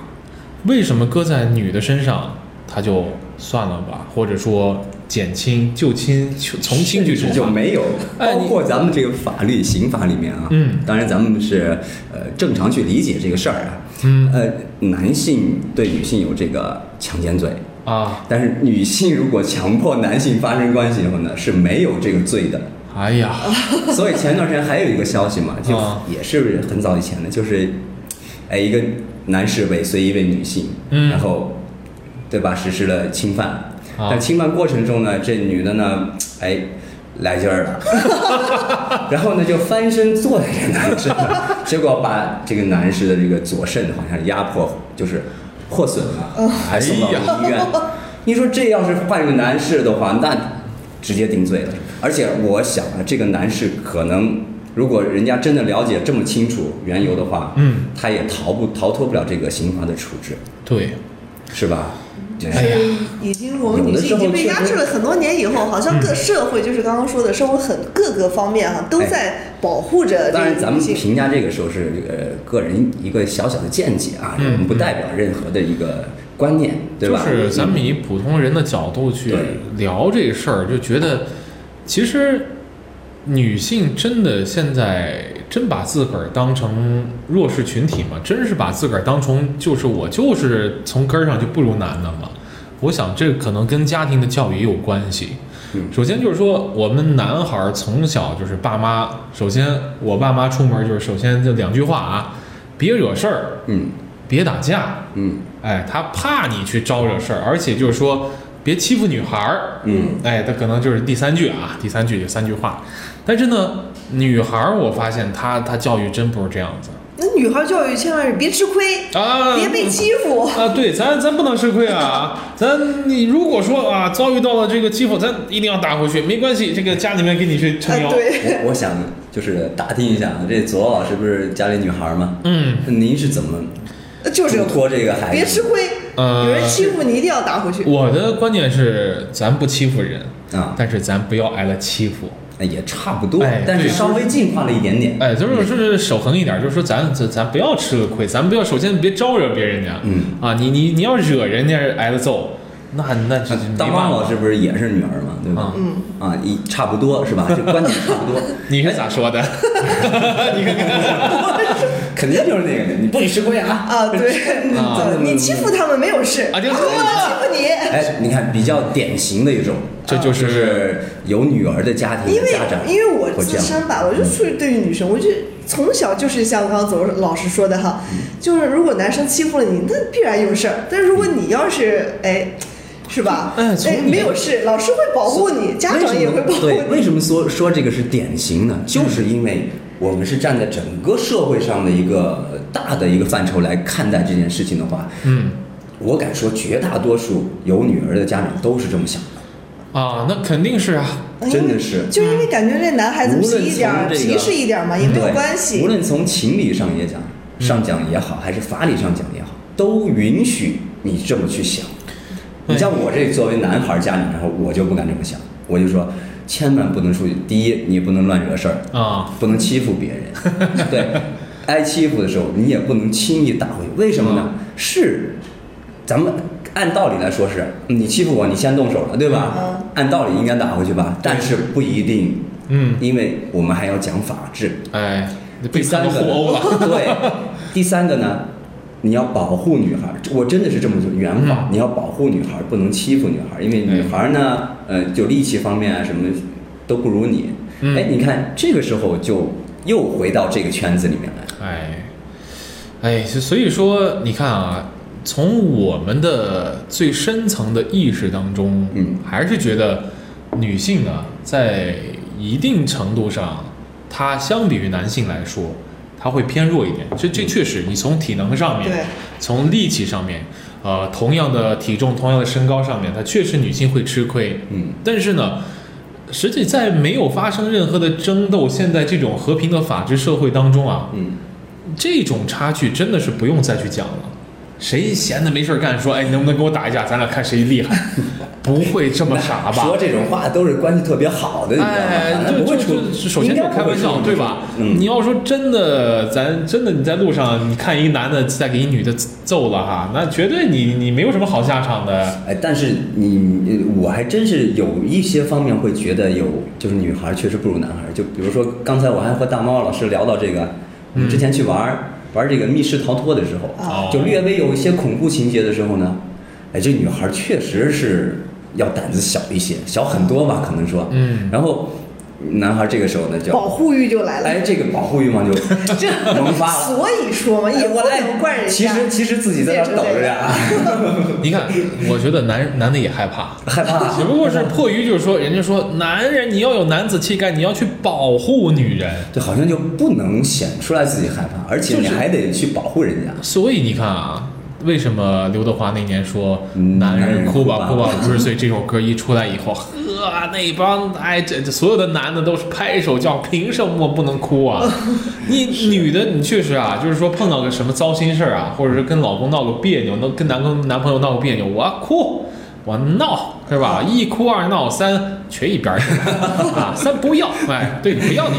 Speaker 1: 为什么搁在女的身上，他就算了吧，或者说减轻、就轻、就从轻去处
Speaker 3: 甚
Speaker 1: 罚？
Speaker 3: 至就没有，
Speaker 1: 哎
Speaker 3: 包
Speaker 1: 你
Speaker 3: 括咱们这个法律、刑法里面啊，
Speaker 1: 嗯
Speaker 3: 当然咱们是呃正常去理解这个事儿啊，
Speaker 1: 嗯
Speaker 3: 呃，男性对女性有这个强奸罪，
Speaker 1: 啊，
Speaker 3: 但是女性如果强迫男性发生关系以后呢，是没有这个罪的。
Speaker 1: 哎呀，
Speaker 3: 所以前段时间还有一个消息嘛，就
Speaker 1: 啊
Speaker 3: 也是很早以前的，就是，哎，一个男士尾随一位女性，
Speaker 1: 嗯
Speaker 3: 然后对吧？实施了侵犯。
Speaker 1: 啊
Speaker 3: 但侵犯过程中呢，这女的呢，哎，来劲儿 了，然后呢就翻身坐在这男士上，结果把这个男士的这个左肾好像压迫，就是破损
Speaker 1: 哎
Speaker 3: 了，还送到了医 院。你说这要是换一个男士的话，那直接定罪了。而且我想啊，这个男士可能。如果人家真的了解这么清楚缘由的话，
Speaker 1: 嗯，
Speaker 3: 他也逃不逃脱不了这个刑罚的处置，
Speaker 1: 对，
Speaker 3: 是吧？对
Speaker 1: 哎呀
Speaker 2: 已经我们女性已经被压制了很多年以后，好像
Speaker 3: 嗯
Speaker 2: 各社会就是刚刚说的社会很各个方面哈、都在保护着这
Speaker 3: 哎当
Speaker 2: 个
Speaker 3: 然，咱
Speaker 2: 女
Speaker 3: 们
Speaker 2: 性。
Speaker 3: 评价这个时候是呃个人一个小小的见解啊，我们不代表任何的一个观念，对
Speaker 1: 嗯就
Speaker 3: 吧？嗯
Speaker 1: 是咱们以普通人的角度去
Speaker 3: 对
Speaker 1: 聊这事儿，就觉得其实女性真的现在真把自个儿当成弱势群体嘛，真是把自个儿当成就是我就是从根儿上就不如男的嘛。我想这可能跟家庭的教育也有关系。
Speaker 3: 嗯
Speaker 1: 首先就是说，我们男孩儿从小就是爸妈，首先我爸妈出门就是首先这两句话啊，别惹事儿，
Speaker 3: 嗯
Speaker 1: 别打架，
Speaker 3: 嗯
Speaker 1: 哎，他怕你去招惹事儿，而且就是说别欺负女孩儿。
Speaker 3: 嗯，
Speaker 1: 哎，他可能就是第三句啊，第三句就三句话。但是呢，女孩儿我发现她她教育真不是这样子
Speaker 2: 那女孩教育千万是别吃亏，
Speaker 1: 啊，
Speaker 2: 别被欺负。
Speaker 1: 啊，对，咱咱不能吃亏啊！咱你如果说啊，遭遇到了这个欺负，咱一定要打回去，没关系，这个家里面给你去撑
Speaker 2: 哎
Speaker 1: 腰。，
Speaker 2: 对，
Speaker 3: 嗯我我想就是打听一下，啊这左老师不是家里女孩吗？
Speaker 1: 嗯，
Speaker 3: 您是怎么
Speaker 2: 就是
Speaker 3: 嘱托哎这个孩子？
Speaker 2: 别吃亏，
Speaker 1: 呃
Speaker 2: 有人欺负你一定要打回去。
Speaker 1: 我的观点是，咱不欺负人，
Speaker 3: 啊，
Speaker 1: 但是咱不要挨了欺负。
Speaker 3: 哎也差不多
Speaker 1: 哎，
Speaker 3: 但是
Speaker 1: 对
Speaker 3: 稍微进化了一点点。
Speaker 1: 哎，就是就是守恒一点，就是说咱咱咱不要吃了亏，咱不要首先别招惹别人家，
Speaker 3: 嗯
Speaker 1: 啊，你你你要惹人家挨了揍，那那这没办
Speaker 3: 当啊
Speaker 1: 法
Speaker 3: 妈老师不是也是女儿嘛，对吧？嗯啊，一差不多是吧？这观点差 不多，
Speaker 1: 你是咋说的？ 你看看，
Speaker 3: 肯定就是那个，你不许吃亏啊！
Speaker 2: 啊，对，
Speaker 1: 啊
Speaker 2: 你欺负他们没有事，
Speaker 1: 啊就
Speaker 2: 他们要欺负
Speaker 3: 哎，你看比较典型的一种，
Speaker 1: 这就
Speaker 3: 就是是有女儿的家
Speaker 2: 你，
Speaker 3: 庭
Speaker 2: 啊因
Speaker 3: 的
Speaker 2: 为
Speaker 3: 家长，
Speaker 2: 因为我
Speaker 3: 会这
Speaker 2: 自
Speaker 3: 样嗯
Speaker 2: 身吧，我就属于对于女生，我就从小就是像刚刚总老师说的哈，
Speaker 3: 嗯
Speaker 2: 就是如果男生欺负了你，那必然有事儿，但如果你要是哎。是吧？
Speaker 1: 哎从你
Speaker 2: 没有事，老师会保护你，家长也会保护
Speaker 3: 为什么对，为
Speaker 2: 你。
Speaker 3: 什么说说这个是典型呢？就是因为我们是站在整个社会上的一个呃大的一个范畴来看待这件事情的话，
Speaker 1: 嗯
Speaker 3: 我敢说绝大多数有女儿的家长都是这么想的，
Speaker 1: 啊，那肯定是啊，
Speaker 3: 真的是。
Speaker 2: 就因为感觉这男孩子
Speaker 3: 无
Speaker 2: 皮
Speaker 3: 论
Speaker 2: 一点儿、
Speaker 3: 从这个
Speaker 2: 皮实一点儿啊嘛，也没有
Speaker 3: 对
Speaker 2: 关系
Speaker 3: 无。论从情理上也讲，上讲也好，还是法理上讲也好，都允许你这么去想。你像我这作为男孩家长，然后我就不敢这么想，我就说千万不能出去。第一，你不能乱惹事儿，
Speaker 1: 啊，
Speaker 3: 不能欺负别人。对，挨欺负的时候，你也不能轻易打回去。为什么呢？是，咱们按道理来说是，你欺负我，你先动手了，对吧？
Speaker 2: 嗯
Speaker 3: 按道理应该打回去吧，但是不一定，
Speaker 1: 嗯，
Speaker 3: 因为我们还要讲法治。
Speaker 1: 哎，
Speaker 3: 第
Speaker 1: 被
Speaker 3: 三
Speaker 1: 三
Speaker 3: 个
Speaker 1: 互殴了，
Speaker 3: 呢 对，第三个呢，你要保护女孩儿，我真的是这么说，原话，
Speaker 1: 嗯
Speaker 3: 你要保护女孩儿，不能欺负女孩儿，因为女孩儿呢，呃，就力气方面啊什么都不如你。
Speaker 1: 嗯
Speaker 3: 哎，你看这个时候就又回到这个圈子里面来，
Speaker 1: 哎，哎，就所以说，你看啊，从我们的最深层的意识当中，
Speaker 3: 嗯，
Speaker 1: 还是觉得女性啊，在一定程度上，她相比于男性来说，她会偏弱一点。这这确实，你从体能上面，
Speaker 2: 对，
Speaker 1: 从力气上面，呃，同样的体重、同样的身高上面，她确实女性会吃亏。
Speaker 3: 嗯，
Speaker 1: 但是呢，实际在没有发生任何的争斗，现在这种和平的法治社会当中啊，
Speaker 3: 嗯，
Speaker 1: 这种差距真的是不用再去讲了。谁闲的没事儿干，说哎，能不能跟我打一架？咱俩看谁厉 害，不会这么傻吧
Speaker 3: 说？这种话都是关系特别好的，你知道
Speaker 1: 哎
Speaker 3: 吗？，咱
Speaker 1: 就
Speaker 3: 不会出
Speaker 1: 就，就首先
Speaker 3: 应
Speaker 1: 就
Speaker 3: 该
Speaker 1: 是
Speaker 3: 不
Speaker 1: 开
Speaker 3: 会
Speaker 1: 玩
Speaker 3: 出
Speaker 1: 笑，
Speaker 3: 这种
Speaker 1: 对吧？
Speaker 3: 嗯，
Speaker 1: 你要说真的，咱真的你在路上，你看一个男的再给一女的揍了哈，那绝对你你没有什么好下场 的。
Speaker 3: 哎，但是你，呃我还真是有一些方面会觉得有，就是女孩确实不如男孩儿。就比如说，刚才我还和大猫老师聊到这个，我们之前去玩儿、玩这个密室逃脱的时候，
Speaker 1: 哦
Speaker 2: 嗯
Speaker 3: 就略微有一些恐怖情节的时候呢，哎，这女孩确实是要胆子小一些，小很多吧，可能说。
Speaker 1: 嗯
Speaker 3: 然后男孩这个时候呢就
Speaker 2: 保护欲就来了。
Speaker 3: 哎，这个保护 欲望就萌发了。
Speaker 2: 所以说嘛，也不
Speaker 3: 哎我来
Speaker 2: 能怪人家。
Speaker 3: 其实其实自己在那儿等着啊呀，
Speaker 1: 你看，我觉得男男的也害怕，
Speaker 3: 害怕
Speaker 1: 只。不过是迫于就是说，人家说男人你要有男子气概，你要去保护女人。
Speaker 3: 对，好像就不能显出来自己害怕，而且你还得去保护人家。
Speaker 1: 所以你看啊，为什么刘德华那年说“
Speaker 3: 嗯
Speaker 1: 男人哭吧
Speaker 3: 男
Speaker 1: 哭
Speaker 3: 人哭吧
Speaker 1: 吧五十岁”这首歌一出来以 后，呵，那帮哎这这所有的男的都是拍手叫，凭什么我不能哭 啊？你女的你确实啊，就是说碰到个什么糟心事儿啊，或者是跟老公闹个别扭，能跟男朋男朋友闹个别扭，我哭。我闹是 吧？一哭二闹三，缺一边儿去啊！三不要，哎，对，不 要你。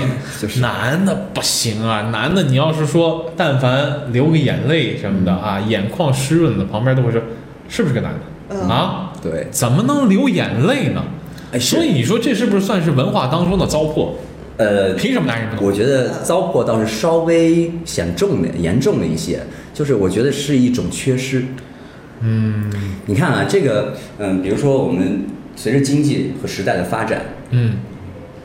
Speaker 1: 男的不行啊，男的你要是说，但凡流个眼泪什么的啊，眼眶湿润了，旁边都会说，是不是个男的、
Speaker 2: 嗯
Speaker 1: 啊？
Speaker 3: 对，
Speaker 1: 怎么能流眼泪呢？
Speaker 3: 哎是
Speaker 1: 所以你说这是不是算是文化当中的糟粕？
Speaker 3: 呃，
Speaker 1: 凭什么男人不能？
Speaker 3: 我觉得糟粕倒是稍微显重了、严重了一些，就是我觉得是一种缺失。嗯，你看啊，这个，嗯，比如说我们随着经济和时代的发展，
Speaker 1: 嗯，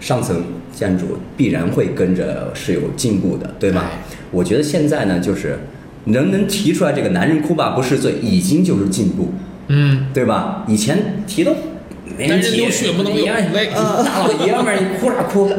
Speaker 3: 上层建筑必然会跟着是有进步的，对吧
Speaker 1: 哎？
Speaker 3: 我觉得现在呢，就是能能提出来这个“男人哭吧不是罪”，已经就是进步，
Speaker 1: 嗯，
Speaker 3: 对吧？以前提都没人
Speaker 1: 男人
Speaker 3: 提，
Speaker 1: 流血不能流
Speaker 3: 你看
Speaker 1: 眼泪
Speaker 3: 啊大老爷们儿，你哭啥哭？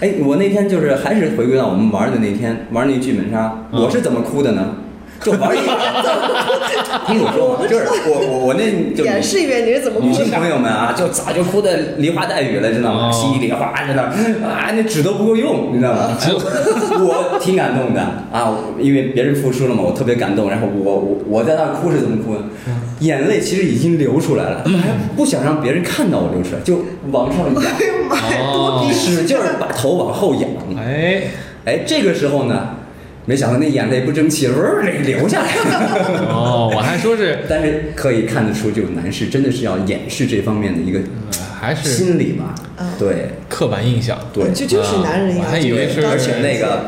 Speaker 3: 哎，我那天就是还是回归到我们玩儿的那天，玩儿那剧本杀，
Speaker 1: 嗯
Speaker 3: 我是怎么哭的呢？就玩儿一把， 听我说嘛，就是我我我那就
Speaker 2: 演示一遍你是怎么
Speaker 3: 女
Speaker 2: 哭
Speaker 3: 性
Speaker 2: 的。
Speaker 3: 朋友们啊，就早就哭得梨花带雨了，知道吗？
Speaker 1: 哦
Speaker 3: 稀里哗啦的，啊，那纸都不够用，你知道
Speaker 1: 啊
Speaker 3: 吗？ 我挺感动的啊，因为别人付出了嘛，我特别感动。然后我我我在那哭是怎么哭呢？眼泪其实已经流出来了，不想让别人看到我流出来，就往上
Speaker 2: 哎
Speaker 3: 仰，
Speaker 2: 呦妈呀，
Speaker 1: 哦
Speaker 2: 多逼
Speaker 3: 使劲儿把头往后仰。
Speaker 1: 哎，
Speaker 3: 哎，这个时候呢，没想到那眼泪不争气，嗡儿流下来了。
Speaker 1: 哦，我还说是，
Speaker 3: 但是可以看得出，这种男士真的是要掩饰这方面的一个
Speaker 1: 呃还是
Speaker 3: 心理吧
Speaker 2: 啊，
Speaker 3: 对
Speaker 1: 刻板印象。
Speaker 3: 对，
Speaker 2: 就就是男人呀，
Speaker 1: 我还以为是
Speaker 2: 就是
Speaker 3: 而且那
Speaker 2: 当
Speaker 3: 个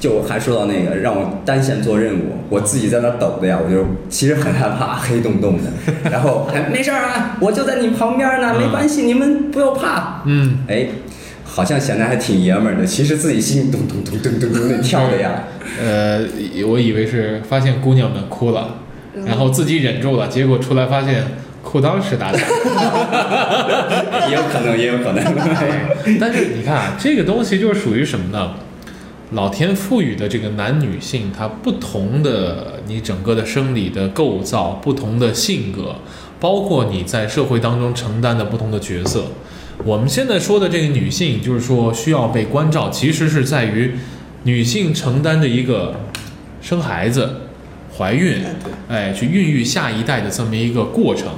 Speaker 3: 就还说到那个让我单线做任务，我自己在那儿抖的呀，我就其实很害怕，黑洞 洞的，然后还没事儿啊，我就在你旁边呢，
Speaker 1: 嗯
Speaker 3: 没关系，你们不要怕，
Speaker 1: 嗯，
Speaker 3: 哎。好像显得还挺爷们儿的，其实自己心里咚咚咚咚咚咚的跳的 呀。
Speaker 1: 呃，我以为是发现姑娘们哭了，然后自己忍住了，结果出来发现裤裆是打架。
Speaker 3: 也有可能，也有可能。
Speaker 1: 但是你看啊，这个东西就是属于什么呢？老天赋予的这个男女性，它不同的你整个的生理的构造，不同的性格，包括你在社会当中承担的不同的角色。我们现在说的这个女性，就是说需要被关照，其实是在于女性承担着一个生孩子、怀孕，哎，去孕育下一代的这么一个过程，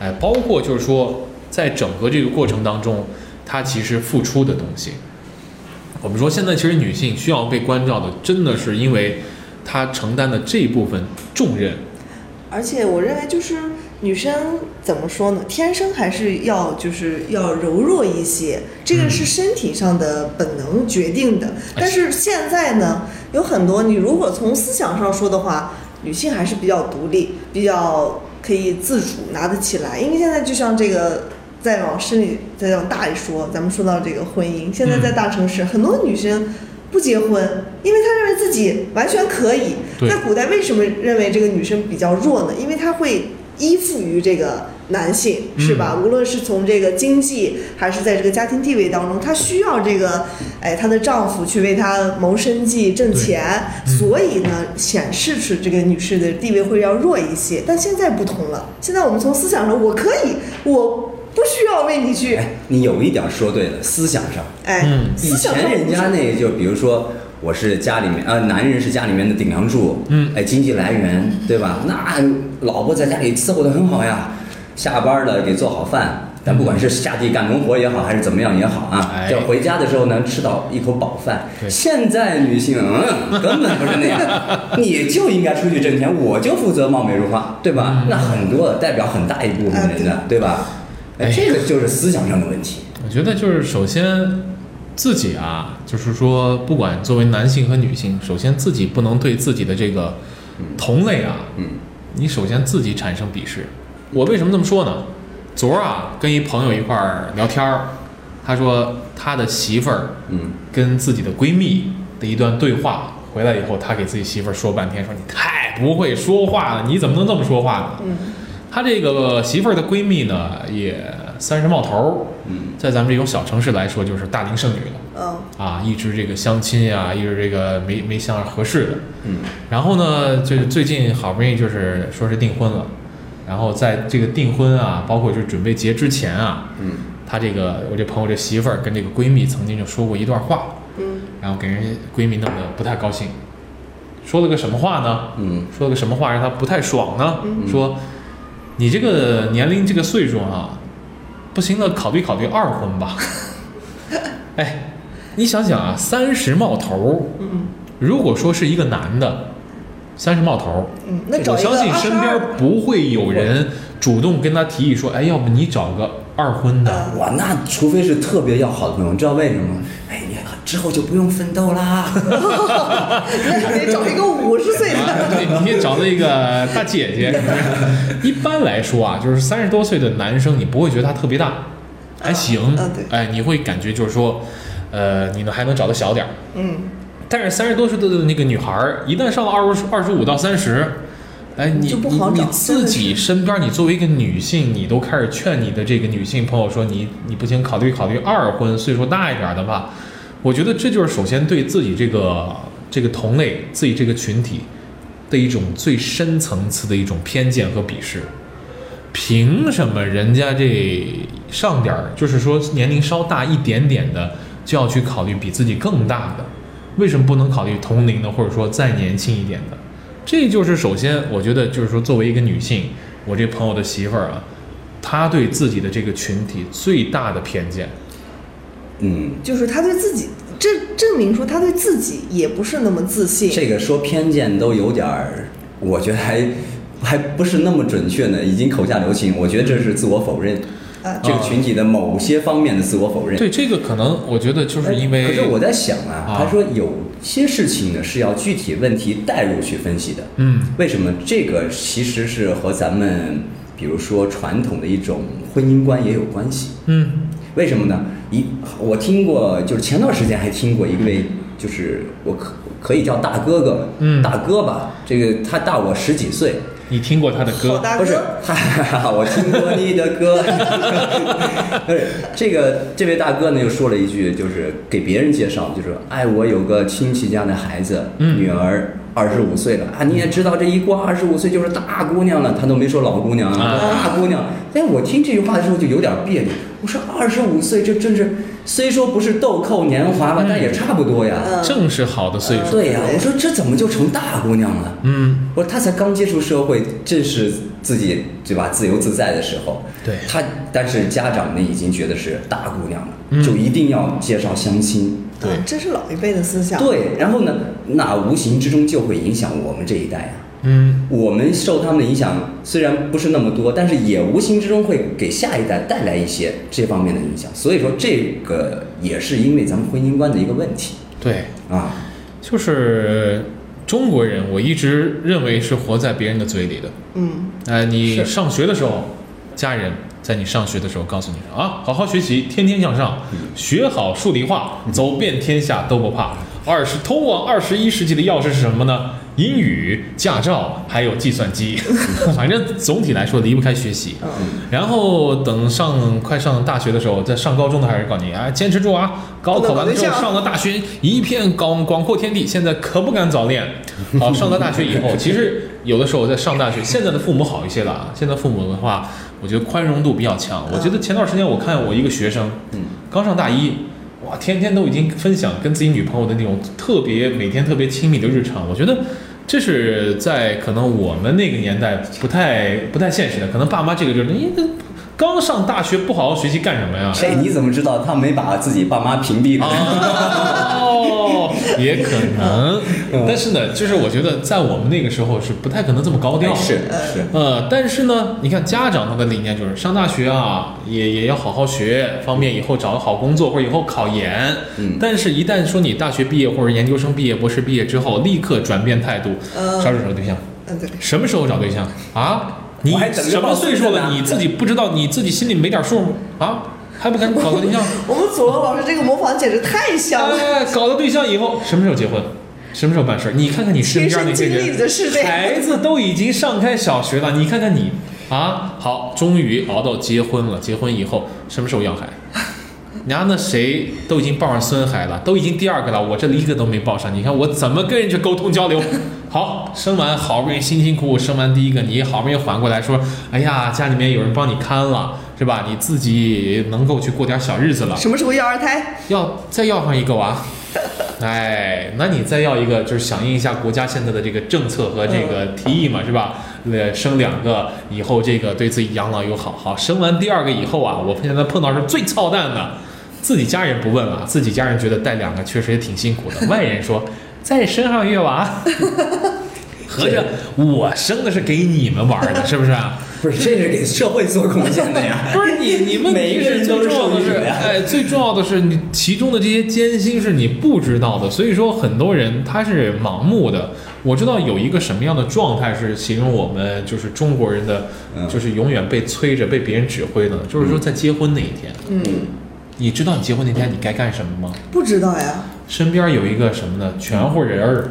Speaker 1: 哎，包括就是说，在整个这个过程当中，她其实付出的东西。我们说现在其实女性需要被关照的，真的是因为她承担的这部分重任。
Speaker 2: 而且我认为就是女生怎么说呢，天生还是要就是要柔弱一些，这个是身体上的本能决定的。但是现在呢，有很多你如果从思想上说的话，女性还是比较独立，比较可以自主拿得起来，因为现在就像这个。再往深里，再往大里说，咱们说到这个婚姻，现在在大城市，很多女生不结婚，因为她认为自己完全可以。
Speaker 1: 对
Speaker 2: 在古代为什么认为这个女生比较弱呢？因为她会依附于这个男性，是吧？
Speaker 1: 嗯
Speaker 2: 无论是从这个经济，还是在这个家庭地位当中，她需要这个，哎，她的丈夫去为她谋生计、挣钱，所
Speaker 1: 嗯
Speaker 2: 以呢，显示出这个女士的地位会要弱一些。但现在不同了，现在我们从思想上，我可以，我不需要为你去，
Speaker 3: 哎，你有一点儿说对了，思想上，
Speaker 2: 哎，
Speaker 1: 嗯
Speaker 3: 以
Speaker 2: 思想上
Speaker 3: 前人家那就比如说，我是家里面啊、呃，男人是家里面的顶梁柱，
Speaker 1: 嗯
Speaker 3: 哎，经济来源对吧？那老婆在家里伺候的很好呀，下班了给做好饭，咱不管是下地干农活也好，还是怎么样也好啊，
Speaker 1: 哎
Speaker 3: 要回家的时候能吃到一口饱饭
Speaker 1: 对。
Speaker 3: 现在女性嗯，根本不是那样，你就应该出去挣钱，我就负责貌美如花，对吧？
Speaker 1: 嗯
Speaker 3: 那很多代表很大一部
Speaker 2: 啊
Speaker 3: 分人的，对吧？哎
Speaker 1: 哎，
Speaker 3: 这个就是思想上的问题。
Speaker 1: 我觉得就是首先自己啊，就是说，不管作为男性和女性，首先自己不能对自己的这个同类啊，
Speaker 3: 嗯，
Speaker 1: 你首先自己产生鄙视。我为什么这么说呢？昨儿啊，跟一朋友一块儿聊天儿，他说他的媳妇儿
Speaker 3: 嗯，
Speaker 1: 跟自己的闺蜜的一段对话，回来以后，他给自己媳妇儿说半天，说你太不会说话了，你怎么能这么说话呢？
Speaker 2: 嗯
Speaker 1: 他这个媳妇儿的闺蜜呢，也三十冒头儿，
Speaker 3: 嗯，
Speaker 1: 在咱们这种小城市来说，就是大龄剩女了
Speaker 2: 嗯
Speaker 1: 啊，一直这个相亲呀、一直这个没没相合适的。
Speaker 3: 嗯，
Speaker 1: 然后呢，就是最近好不容易就是说是订婚了，然后在这个订婚啊，包括就是准备结之前啊，
Speaker 3: 嗯，
Speaker 1: 她这个我这朋友这媳妇儿跟这个闺蜜曾经就说过一段话，
Speaker 2: 嗯
Speaker 1: 然后给人家闺蜜弄得不太高兴，说了个什么话呢？
Speaker 3: 嗯，
Speaker 1: 说了个什么话让她不太爽呢？说你这个年龄这个岁数啊，不行了，考虑考虑二婚吧。 哎，你想想啊，三十冒头儿，
Speaker 2: 嗯
Speaker 1: 如果说是一个男的，三十冒头儿，
Speaker 2: 嗯，那找
Speaker 1: 我
Speaker 2: 一个
Speaker 1: 相信
Speaker 2: 22
Speaker 1: 身边不会有
Speaker 2: 嗯
Speaker 1: 人主动跟他提议说，哎，要不你找个二婚的？
Speaker 3: 哇，那除非是特别要好的朋友，你知道为什么吗？哎，你之后就不用奋斗 啦。
Speaker 2: 那 得找一个五十岁的。
Speaker 1: 啊，对，你可以找那个大姐姐。 是不是一般来说啊，就是三十多岁的男生，你不会觉得他特别大，还行
Speaker 2: 啊对，
Speaker 1: 哎，你会感觉就是说，呃，你呢还能找得小点儿。
Speaker 2: 嗯，
Speaker 1: 但是三十多岁的那个女孩儿，一旦上了二十二十五到三十，哎，你
Speaker 2: 就不好
Speaker 1: 你
Speaker 2: 找
Speaker 1: 你自己身边，你作为一个女性，你都开始劝你的这个女性朋友说你你不行，考虑考虑二婚，岁数大一点的吧。我觉得这就是首先对自己这个这个同类、自己这个群体的一种最深层次的一种偏见和鄙视。凭什么人家这上点儿，就是说年龄稍大一点点的，就要去考虑比自己更大的？为什么不能考虑同龄的，或者说再年轻一点的？这就是首先，我觉得就是说，作为一个女性，我这朋友的媳妇儿啊，她对自己的这个群体最大的偏见。
Speaker 3: 嗯，
Speaker 2: 就是他对自己，这证明说他对自己也不是那么自信。
Speaker 3: 这个说偏见都有点儿，我觉得还还不是那么准确呢，已经口下留情。我觉得这是自我否认，
Speaker 2: 啊
Speaker 3: 这个群体的某些方面的自我否认。哎
Speaker 1: 对这个，可能我觉得就是因为
Speaker 3: 可是我在想
Speaker 1: 啊
Speaker 3: 啊，他说有些事情呢是要具体问题带入去分析的。
Speaker 1: 嗯
Speaker 3: 为什么这个其实是和咱们比如说传统的一种婚姻观也有关系？
Speaker 1: 嗯
Speaker 3: 为什么呢？一我听过，就是前段时间还听过一位，就是我可可以叫大哥哥，
Speaker 1: 嗯
Speaker 3: 大哥吧，这个他大我十几岁，
Speaker 1: 你听过她的
Speaker 2: 好
Speaker 1: 歌？
Speaker 2: 大
Speaker 3: 不是
Speaker 2: 哥，，
Speaker 3: 哈哈哈，我听过你的 歌。不是这个这位大哥呢，又说了一句，就是给别人介绍，就是哎，我有个亲戚家的孩子，
Speaker 1: 嗯
Speaker 3: 女儿二十五岁了啊，你也知道，这一过二十五岁就是大姑娘了，他都没说老姑娘
Speaker 1: 啊
Speaker 3: 大姑娘。但我听这句话的时候就有点别扭，我说二十五岁，这真是虽说不是豆蔻年华吧，但也差不多呀。
Speaker 2: 嗯
Speaker 1: 正是好的岁数。
Speaker 3: 对呀、我说这怎么就成大姑娘了？
Speaker 1: 嗯，
Speaker 3: 我说他才刚接触社会，正是自己对吧自由自在的时候。
Speaker 1: 对
Speaker 3: 他，但是家长呢已经觉得是大姑娘了，
Speaker 1: 嗯
Speaker 3: 就一定要介绍相亲。
Speaker 1: 对
Speaker 2: 啊这是老一辈的思想。
Speaker 3: 对，然后呢，那无形之中就会影响我们这一代啊。
Speaker 1: 嗯，
Speaker 3: 我们受他们的影响虽然不是那么多，但是也无形之中会给下一代带来一些这方面的影响。所以说，这个也是因为咱们婚姻观的一个问题
Speaker 1: 对，
Speaker 3: 啊。
Speaker 1: 就是中国人，我一直认为是活在别人的嘴里的。
Speaker 2: 嗯，
Speaker 1: 呃，你
Speaker 3: 是
Speaker 1: 上学的时候，家人在你上学的时候告诉你说啊，好好学习，天天向上，学好数理化，走遍天下都不怕。二十通往二十一世纪的钥匙是什么呢？英语、驾照，还有计算机。反正总体来说离不开学习。
Speaker 2: 嗯
Speaker 1: 然后等上快上大学的时候，在上高中的还是告诉你啊，坚持住啊！高考完了之后上了大学，一片广广阔天地，现在可不敢早恋。好，上了大学以后，其实有的时候在上大学，现在的父母好一些了啊。现在父母的话，我觉得宽容度比较强。我觉得前段时间我看我一个学生，
Speaker 3: 嗯，
Speaker 1: 刚上大一，哇，天天都已经分享跟自己女朋友的那种特别每天特别亲密的日常，我觉得。这是在可能我们那个年代不太不太现实的，可能爸妈这个就是，你这刚上大学不好好学啊习干什么呀？
Speaker 3: 谁？哎你怎么知道他没把自己爸妈屏蔽了？
Speaker 1: 哦， 也可能，但是呢，就是我觉得在我们那个时候是不太可能这么高调
Speaker 3: 哎
Speaker 1: 的，
Speaker 3: 是是，
Speaker 1: 呃，但是呢，你看家长他的理念就是上大学啊，也也要好好学，方便以后找个好工作或者以后考研。
Speaker 3: 嗯
Speaker 1: 但是，一旦说你大学毕业或者研究生毕业、博士毕业之后，立刻转变态度，
Speaker 2: 嗯
Speaker 1: 啥时候找对象？
Speaker 2: 嗯对，
Speaker 1: 什么时候找对象啊？你
Speaker 3: 我还等着
Speaker 1: 什么
Speaker 3: 报数
Speaker 1: 岁数
Speaker 3: 呢
Speaker 1: 了？你自己不知道，你自己心里没点数吗啊？还不赶紧搞个对象？
Speaker 2: 我们祖龙老师这个模仿简直太像了。
Speaker 1: 哎，搞了对象以后，什么时候结婚？什么时候办事儿？你看看你身边那些
Speaker 2: 亲身经历的是这
Speaker 1: 人，
Speaker 2: 样
Speaker 1: 孩子都已经上开小学了，你看看你啊，好，终于熬到结婚了。结婚以后什么时候要孩？然后那谁都已经抱上孙孩了，都已经第二个了，我这里一个都没抱上。你看我怎么跟人家沟通交流？ 好，生完好不容易辛辛苦苦生完第一个，你好不容易缓过来说，哎呀，家里面有人帮你看了，是吧？你自己能够去过点小日子了。
Speaker 2: 什么时候要二胎？
Speaker 1: 要再要上一个娃，哎，那你再要一个，就是响应一下国家现在的这个政策和这个提议嘛，是吧？呃，生两个以后，这个对自己养老有好好。生完第二个以后啊，我现在碰到是最操蛋的，自己家人不问了，自己家人觉得带两个确实也挺辛苦的，外人说再生上一个娃，合着我生的是给你们玩儿的，是不是啊？
Speaker 3: 不是，这是给社会做贡献的呀。
Speaker 1: 不 是你，你们
Speaker 3: 每一个人都
Speaker 1: 最
Speaker 3: 是
Speaker 1: 重要的
Speaker 3: 受益
Speaker 1: 是，
Speaker 3: 者呀
Speaker 1: 哎，最重要的是你其中的这些艰辛是你不知道的，所以说很多人他是盲目的。我知道有一个什么样的状态是形容我们就是中国人的，
Speaker 3: 嗯
Speaker 1: 就是永远被催着被别人指挥的，就是说在结婚那一天，
Speaker 2: 嗯，
Speaker 1: 你知道你结婚那天你该干什么吗？
Speaker 2: 不知道呀。
Speaker 1: 身边有一个什么呢？全乎人儿，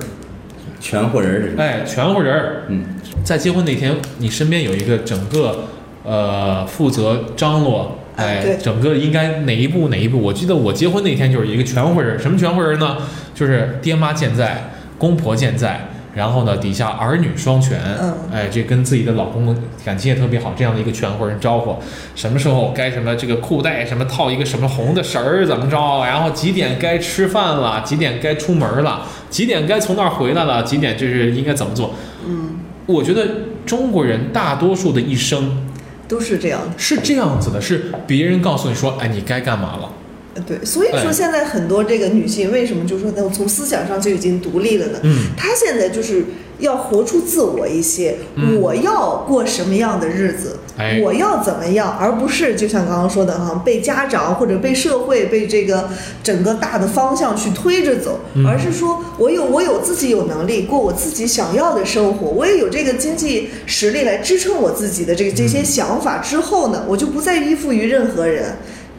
Speaker 3: 全或人儿的人，
Speaker 1: 哎，全乎人儿，
Speaker 3: 嗯，
Speaker 1: 在结婚那天，你身边有一个整个呃负责张罗，
Speaker 2: 哎
Speaker 1: 哎
Speaker 2: 对，
Speaker 1: 整个应该哪一步哪一步。我记得我结婚那天就是一个全会人，什么全会人呢？就是爹妈健在，公婆健在。然后呢，底下儿女双全，
Speaker 2: 嗯
Speaker 1: 哎，这跟自己的老公感情也特别好，这样的一个全会人招呼，什么时候该什么这个裤带什么套一个什么红的绳儿怎么着，然后几点该吃饭了，几点该出门了，几点该从那儿回来了，几点就是应该怎么做，嗯我觉得中国人大多数的一生
Speaker 2: 都是这样
Speaker 1: 是这样子的，是别人告诉你说，哎，你该干嘛了。
Speaker 2: 的，对，所以
Speaker 1: 哎
Speaker 2: 说现在很多这个女性为什么就说呢，从思想上就已经独立了呢？
Speaker 1: 嗯，
Speaker 2: 她现在就是要活出自我一些，
Speaker 1: 嗯
Speaker 2: 我要过什么样的日子，
Speaker 1: 哎
Speaker 2: 我要怎么样，而不是就像刚刚说的哈，被家长或者被社会、被这个整个大的方向去推着走，
Speaker 1: 嗯
Speaker 2: 而是说我有我有自己有能力过我自己想要的生活，我也有这个经济实力来支撑我自己的这个这些想法之后
Speaker 1: 嗯
Speaker 2: 呢，我就不再依附于任何人。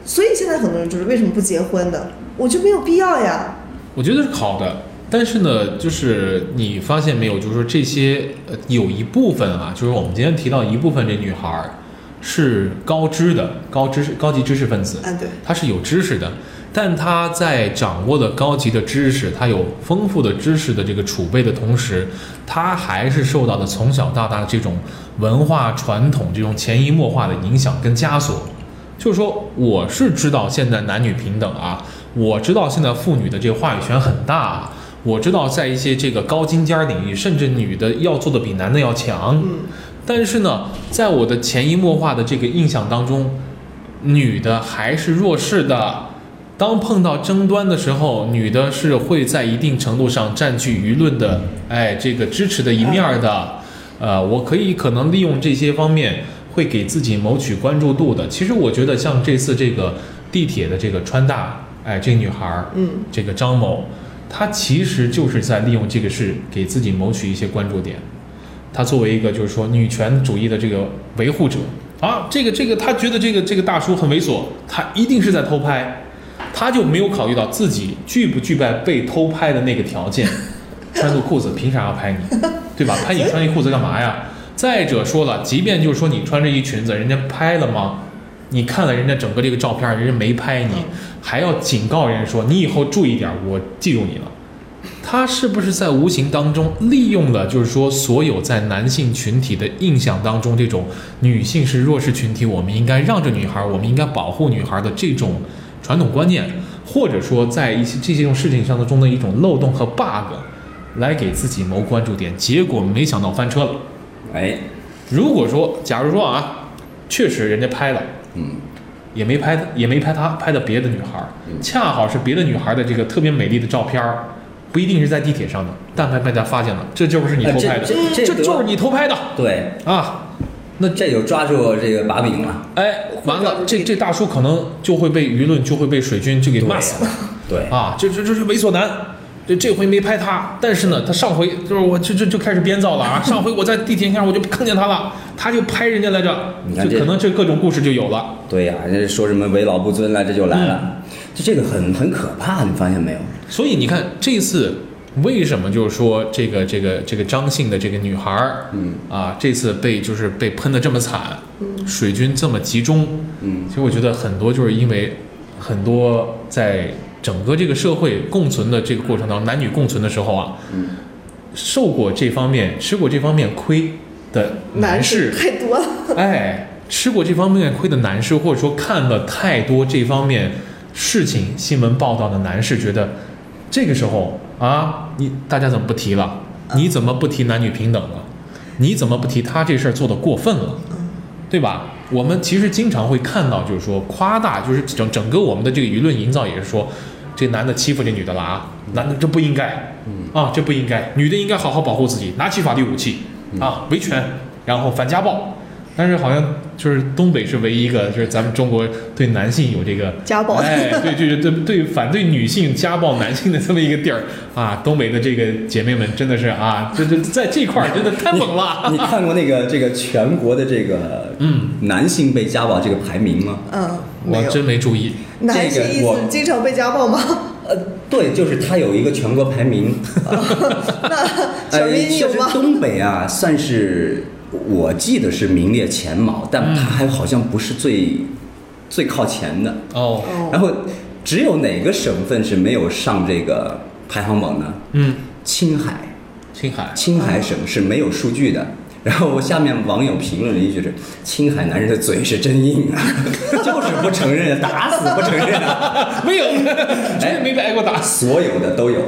Speaker 2: 所以现在很多人就是为什么不结婚的，我就没有必要呀。
Speaker 1: 我觉得是好的，但是呢，就是你发现没有，就是说这些呃有一部分啊，就是我们今天提到一部分这女孩儿是高知的，高知识高级知识分子，
Speaker 2: 啊，对，
Speaker 1: 她是有知识的，但她在掌握了高级的知识，她有丰富的知识的这个储备的同时，她还是受到了从小到大的这种文化传统这种潜移默化的影响跟枷锁。就是说，我是知道现在男女平等啊，我知道现在妇女的这个话语权很大、啊。我知道在一些这个高精尖儿领域，甚至女的要做的比男的要强，但是呢，在我的潜移默化的这个印象当中，女的还是弱势的。当碰到争端的时候，女的是会在一定程度上占据舆论的，哎，这个支持的一面儿的。呃，我可以可能利用这些方面，会给自己谋取关注度的。其实我觉得像这次这个地铁的这个川大，哎，这女孩儿，
Speaker 2: 嗯，
Speaker 1: 这个张某，她其实就是在利用这个事给自己谋取一些关注点。她作为一个就是说女权主义的这个维护者啊，这个这个，她觉得这个这个大叔很猥琐，她一定是在偷拍，她就没有考虑到自己具不具备被偷拍的那个条件。 穿个裤子凭啥要拍你，对吧？拍你穿一裤子干嘛呀？再者说了，即便就是说你穿着一裙子，人家拍了吗？你看了人家整个这个照片，人家没拍你，还要警告人家说你以后注意点，我记住你了。他是不是在无形当中利用了，就是说所有在男性群体的印象当中，这种女性是弱势群体，我们应该让着女孩，我们应该保护女孩的这种传统观念，或者说在一些这些种事情上的中的一种漏洞和 bug，来给自己谋关注点，结果没想到翻车了。
Speaker 3: 哎，
Speaker 1: 如果说，假如说啊，确实人家拍了，
Speaker 3: 嗯，
Speaker 1: 也没拍，也没拍他拍的别的女孩儿，
Speaker 3: 嗯
Speaker 1: 恰好是别的女孩儿的这个特别美丽的照片儿，不一定是在地铁上的，但凡被他发现了，这就是你
Speaker 3: 啊
Speaker 1: 偷拍的，
Speaker 3: 这这这
Speaker 1: 就是你偷拍的
Speaker 3: 对，
Speaker 1: 啊！
Speaker 3: 那这就抓住这个把柄了。
Speaker 1: 哎，完了，这这大叔可能就会被舆论就会被水军就给骂死了
Speaker 3: 对，
Speaker 1: 啊！这这这是猥琐男，对，这回没拍他，但是呢，他上回就是我就就就开始编造了啊！上回我在地铁上我就碰见他了，他就拍人家来着，
Speaker 3: 你看
Speaker 1: 就
Speaker 3: 这
Speaker 1: 可能这各种故事就有了。
Speaker 3: 对呀、人家说什么为老不尊了，这就来
Speaker 1: 嗯
Speaker 3: 了，就这个很很可怕，你发现 没有？
Speaker 1: 所以你看这一次为什么就是说这个这个这个张姓的这个女孩儿，嗯啊，这次被就是被喷的这么惨，水军这么集中，
Speaker 3: 嗯，
Speaker 1: 其实我觉得很多就是因为很多在整个这个社会共存的这个过程当中，男女共存的时候啊，
Speaker 3: 嗯，
Speaker 1: 受过这方面吃过这方面亏的男
Speaker 2: 男
Speaker 1: 士
Speaker 2: 士，太多了。
Speaker 1: 哎，吃过这方面亏的男士，或者说看了太多这方面事情新闻报道的男士，觉得这个时候啊，你大家怎么不提了？你怎么不提男女平等了？你怎么不提他这事儿做的过分了？对吧？我们其实经常会看到，就是说夸大，就是整整个我们的这个舆论营造也是说，这男的欺负这女的了啊，男的这不应该，啊，这不应该，女的应该好好保护自己，拿起法律武器啊，维权，然后反家暴。但是好像就是东北是唯一一个，就是咱们中国对男性有这个
Speaker 2: 家暴
Speaker 1: 哎，对，就是对对反对女性家暴男性的这么一个地儿啊，东北的这个姐妹们真的是啊，这这在这块儿真的太猛了，
Speaker 3: 你看过那个这个全国的这个
Speaker 1: 嗯，
Speaker 3: 男性被家暴这个排名吗？
Speaker 2: 嗯， 没
Speaker 1: 我
Speaker 2: 有。
Speaker 1: 真没注意。
Speaker 2: 男性意
Speaker 3: 这个
Speaker 2: 思
Speaker 3: 我
Speaker 2: 经常被家暴吗？
Speaker 3: 呃，对，就是它有一个全国排 名。
Speaker 2: 那小
Speaker 3: 呃，
Speaker 2: 明
Speaker 3: 其
Speaker 2: 有
Speaker 3: 实
Speaker 2: 吗？
Speaker 3: 东北啊，算是我记得是名列前茅，但它还好像不是最最靠前的。
Speaker 1: 哦，
Speaker 3: 然后只有哪个省份是没有上这个排行榜呢？
Speaker 1: 嗯，
Speaker 3: 青海，
Speaker 1: 青海，
Speaker 3: 青海省是没有数据的。然后我下面网友评论了一句是：“青海男人的嘴是真硬啊， 就是不承认，打死不承认、啊。
Speaker 1: 没有， 绝对没被挨过打”
Speaker 3: 所有的都有，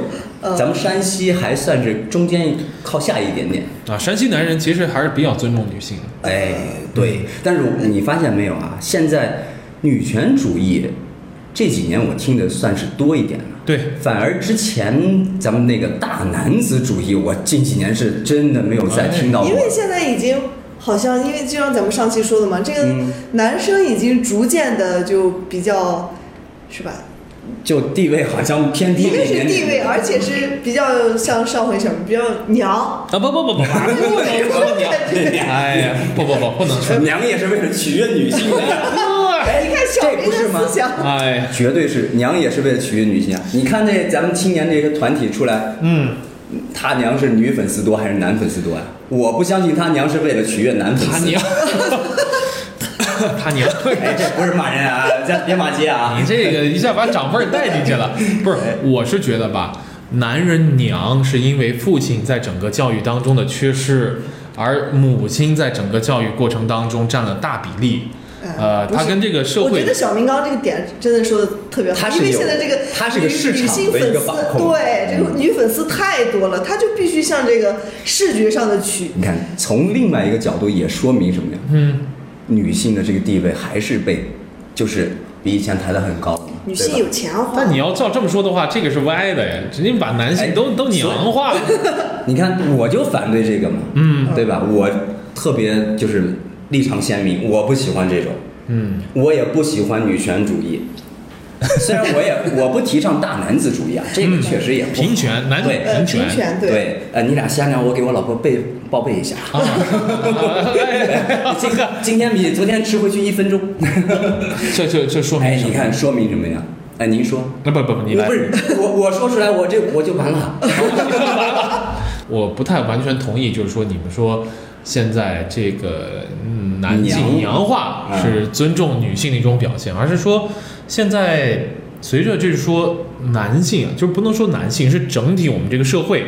Speaker 3: 咱们山西还算是中间靠下一点点。
Speaker 1: 啊！山西男人其实还是比较尊重女性的，
Speaker 3: 哎，对，但是你发现没有啊？现在女权主义这几年我听的算是多一点了。
Speaker 1: 对，
Speaker 3: 反而之前咱们那个大男子主义，我近几年是真的没有再听到过
Speaker 2: 因。为现在已经好像，因为就像咱们上期说的嘛，这个
Speaker 3: 嗯
Speaker 2: 男生已经逐渐的就比较，是吧？
Speaker 3: 就地位好像偏低
Speaker 2: 一
Speaker 3: 了
Speaker 2: 个
Speaker 3: 一
Speaker 2: 是
Speaker 3: 点点。
Speaker 2: 地位，而且 是比较像上回小明比较娘，
Speaker 1: 啊不不不不不，不能不能娘，哎呀，不不不不能说，
Speaker 3: 娘也是为了取悦女性啊的，
Speaker 2: 哎你看小明
Speaker 3: 哎这不是吗
Speaker 2: 的思想，
Speaker 1: 哎，
Speaker 3: 绝对是 娘也是为了取悦女性啊！你看这咱们青年这个团体出来，
Speaker 1: 嗯，
Speaker 3: 他娘是女粉丝多还是男粉丝多啊？我不相信他娘是为了取悦男粉
Speaker 1: 他
Speaker 3: 丝。
Speaker 1: 娘， 他娘，
Speaker 3: 哎，这不是骂人啊，咱别骂街啊
Speaker 1: 你！这个一下把长辈儿带进去 了，不是？我是觉得吧，男人娘是因为父亲在整个教育当中的缺失，而母亲在整个教育过程当中占了大比例。呃，
Speaker 2: 嗯不是
Speaker 1: 他跟这个社
Speaker 2: 我
Speaker 1: 会
Speaker 2: 觉得小明刚刚这个点真的说的特别好
Speaker 3: 他，是
Speaker 2: 因为
Speaker 3: 有
Speaker 2: 现在这个
Speaker 3: 他是个
Speaker 2: 女
Speaker 3: 市场
Speaker 2: 女性
Speaker 3: 的
Speaker 2: 粉
Speaker 3: 一
Speaker 2: 丝
Speaker 3: 个把控
Speaker 2: 对这个女粉丝太多了，她就必须向这个视觉上的取
Speaker 3: 你看，从另外一个角度也说明什么呀？
Speaker 1: 嗯，
Speaker 3: 女性的这个地位还是被，就是比以前抬得很高了嘛。
Speaker 2: 女性
Speaker 3: 对吧
Speaker 2: 有钱花。
Speaker 1: 但你要照这么说的话，这个是歪的呀，直接把男性都、
Speaker 3: 哎
Speaker 1: 都娘化了。
Speaker 3: 你看，我就反对这个嘛，
Speaker 1: 嗯
Speaker 3: 对吧？我特别就是立场鲜明，我不喜欢这种，
Speaker 1: 嗯，
Speaker 3: 我也不喜欢女权主义。虽然 我也我不提倡大男子主义啊，这个确实也不好
Speaker 1: 嗯平权，男女
Speaker 3: 对
Speaker 2: 呃，
Speaker 1: 权。
Speaker 2: 平权对
Speaker 3: 对，呃，你俩瞎聊，我给我老婆背报备一下。
Speaker 1: 啊，哎
Speaker 3: 今今天比昨天迟回去一分钟。
Speaker 1: 这这这说明
Speaker 3: 哎，
Speaker 1: 什
Speaker 3: 你
Speaker 1: 么？
Speaker 3: 看说明什么呀？哎，您说，
Speaker 1: 那不不不，你
Speaker 3: 我
Speaker 1: 来
Speaker 3: 不。是我我说出来，我这我就完了。
Speaker 1: 我不太完全同意，就是说你们说现在这个嗯男性
Speaker 3: 娘
Speaker 1: 娘化
Speaker 3: 嗯
Speaker 1: 是尊重女性的一种表现，而是说现在随着就是说男性，就不能说男性是整体我们这个社会，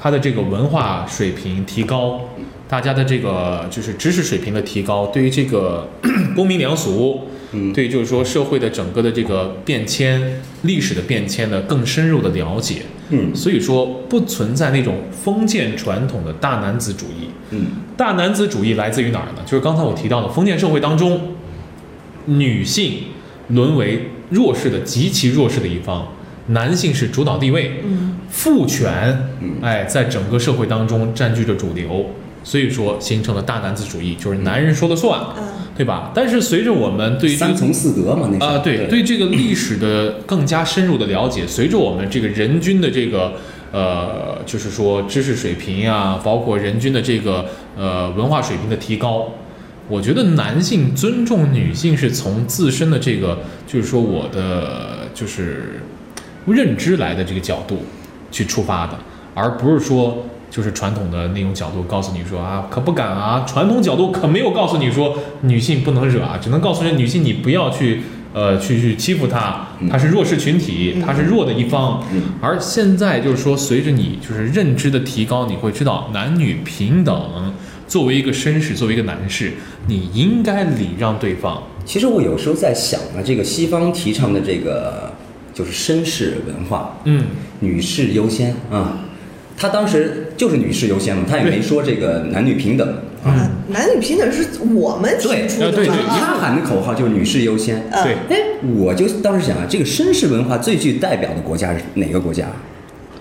Speaker 1: 它的这个文化水平提高，大家的这个就是知识水平的提高，对于这个 公民良俗，
Speaker 3: 嗯
Speaker 1: 对于就是说社会的整个的这个变迁、历史的变迁的更深入的了解，
Speaker 3: 嗯
Speaker 1: 所以说不存在那种封建传统的大男子主义。
Speaker 3: 嗯
Speaker 1: 大男子主义来自于哪儿呢？就是刚才我提到的封建社会当中，女性沦为弱势的极其弱势的一方，男性是主导地位，父权，
Speaker 3: 嗯
Speaker 1: 哎，在整个社会当中占据着主流，所以说形成了大男子主义，就是男人说了算。
Speaker 2: 嗯
Speaker 1: 对吧？但是随着我们对于这个
Speaker 3: 三从四德嘛，那是
Speaker 1: 啊、对对这个历史的更加深入的了解，随着我们这个人均的这个呃，就是说知识水平啊，包括人均的这个呃文化水平的提高，我觉得男性尊重女性是从自身的这个，就是说我的就是认知来的这个角度去出发的，而不是说。就是传统的那种角度告诉你说啊，可不敢啊！传统角度可没有告诉你说女性不能惹啊，只能告诉人女性你不要去呃去去欺负她，她是弱势群体，她是弱的一方。而现在就是说，随着你就是认知的提高，你会知道男女平等。作为一个绅士，作为一个男士，你应该礼让对方。
Speaker 3: 其实我有时候在想啊，这个西方提倡的这个就是绅士文化，
Speaker 1: 嗯，
Speaker 3: 女士优先啊，他当时就是女士优先嘛，他也没说这个男女平等。
Speaker 2: 啊，男女平等是我们提
Speaker 3: 嗯对
Speaker 2: 出的
Speaker 1: 呃对对
Speaker 2: 嘛
Speaker 3: 他喊的口号就是女士优先。
Speaker 2: 啊
Speaker 1: 对，
Speaker 3: 哎，我就当时想啊，这个绅士文化最具代表的国家是哪个国家？啊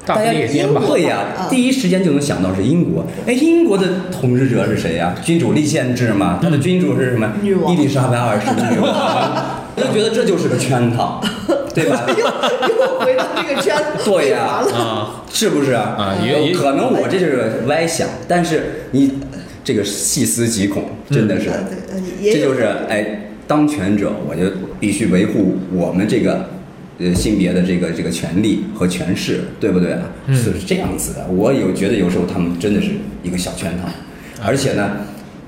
Speaker 1: 大
Speaker 3: 家
Speaker 1: 不列颠吧。嗯
Speaker 3: 对呀、
Speaker 2: 嗯
Speaker 3: 第一时间就能想到是英国。哎，英国的统治者是谁呀、君主立宪制
Speaker 1: 嗯
Speaker 3: 嘛，他的君主是什么？
Speaker 2: 女王
Speaker 3: 伊丽莎白二世女王。 我就觉得这就是个圈套，对吧？
Speaker 2: 又回到这个圈子，
Speaker 3: 对呀
Speaker 2: 完了，
Speaker 1: 啊
Speaker 3: 是不是哎
Speaker 1: 啊也也
Speaker 3: 可能我这是个歪想，但是你这个细思极恐，真的是。
Speaker 2: 嗯对嗯也
Speaker 3: 这
Speaker 2: 有
Speaker 3: 就是哎，当权者我就必须维护我们这个呃性别的这个这个权利和权势，对不对啊？
Speaker 1: 嗯
Speaker 3: 是这样子的。我有觉得有时候他们真的是一个小圈
Speaker 1: 啊
Speaker 3: 套，而且呢。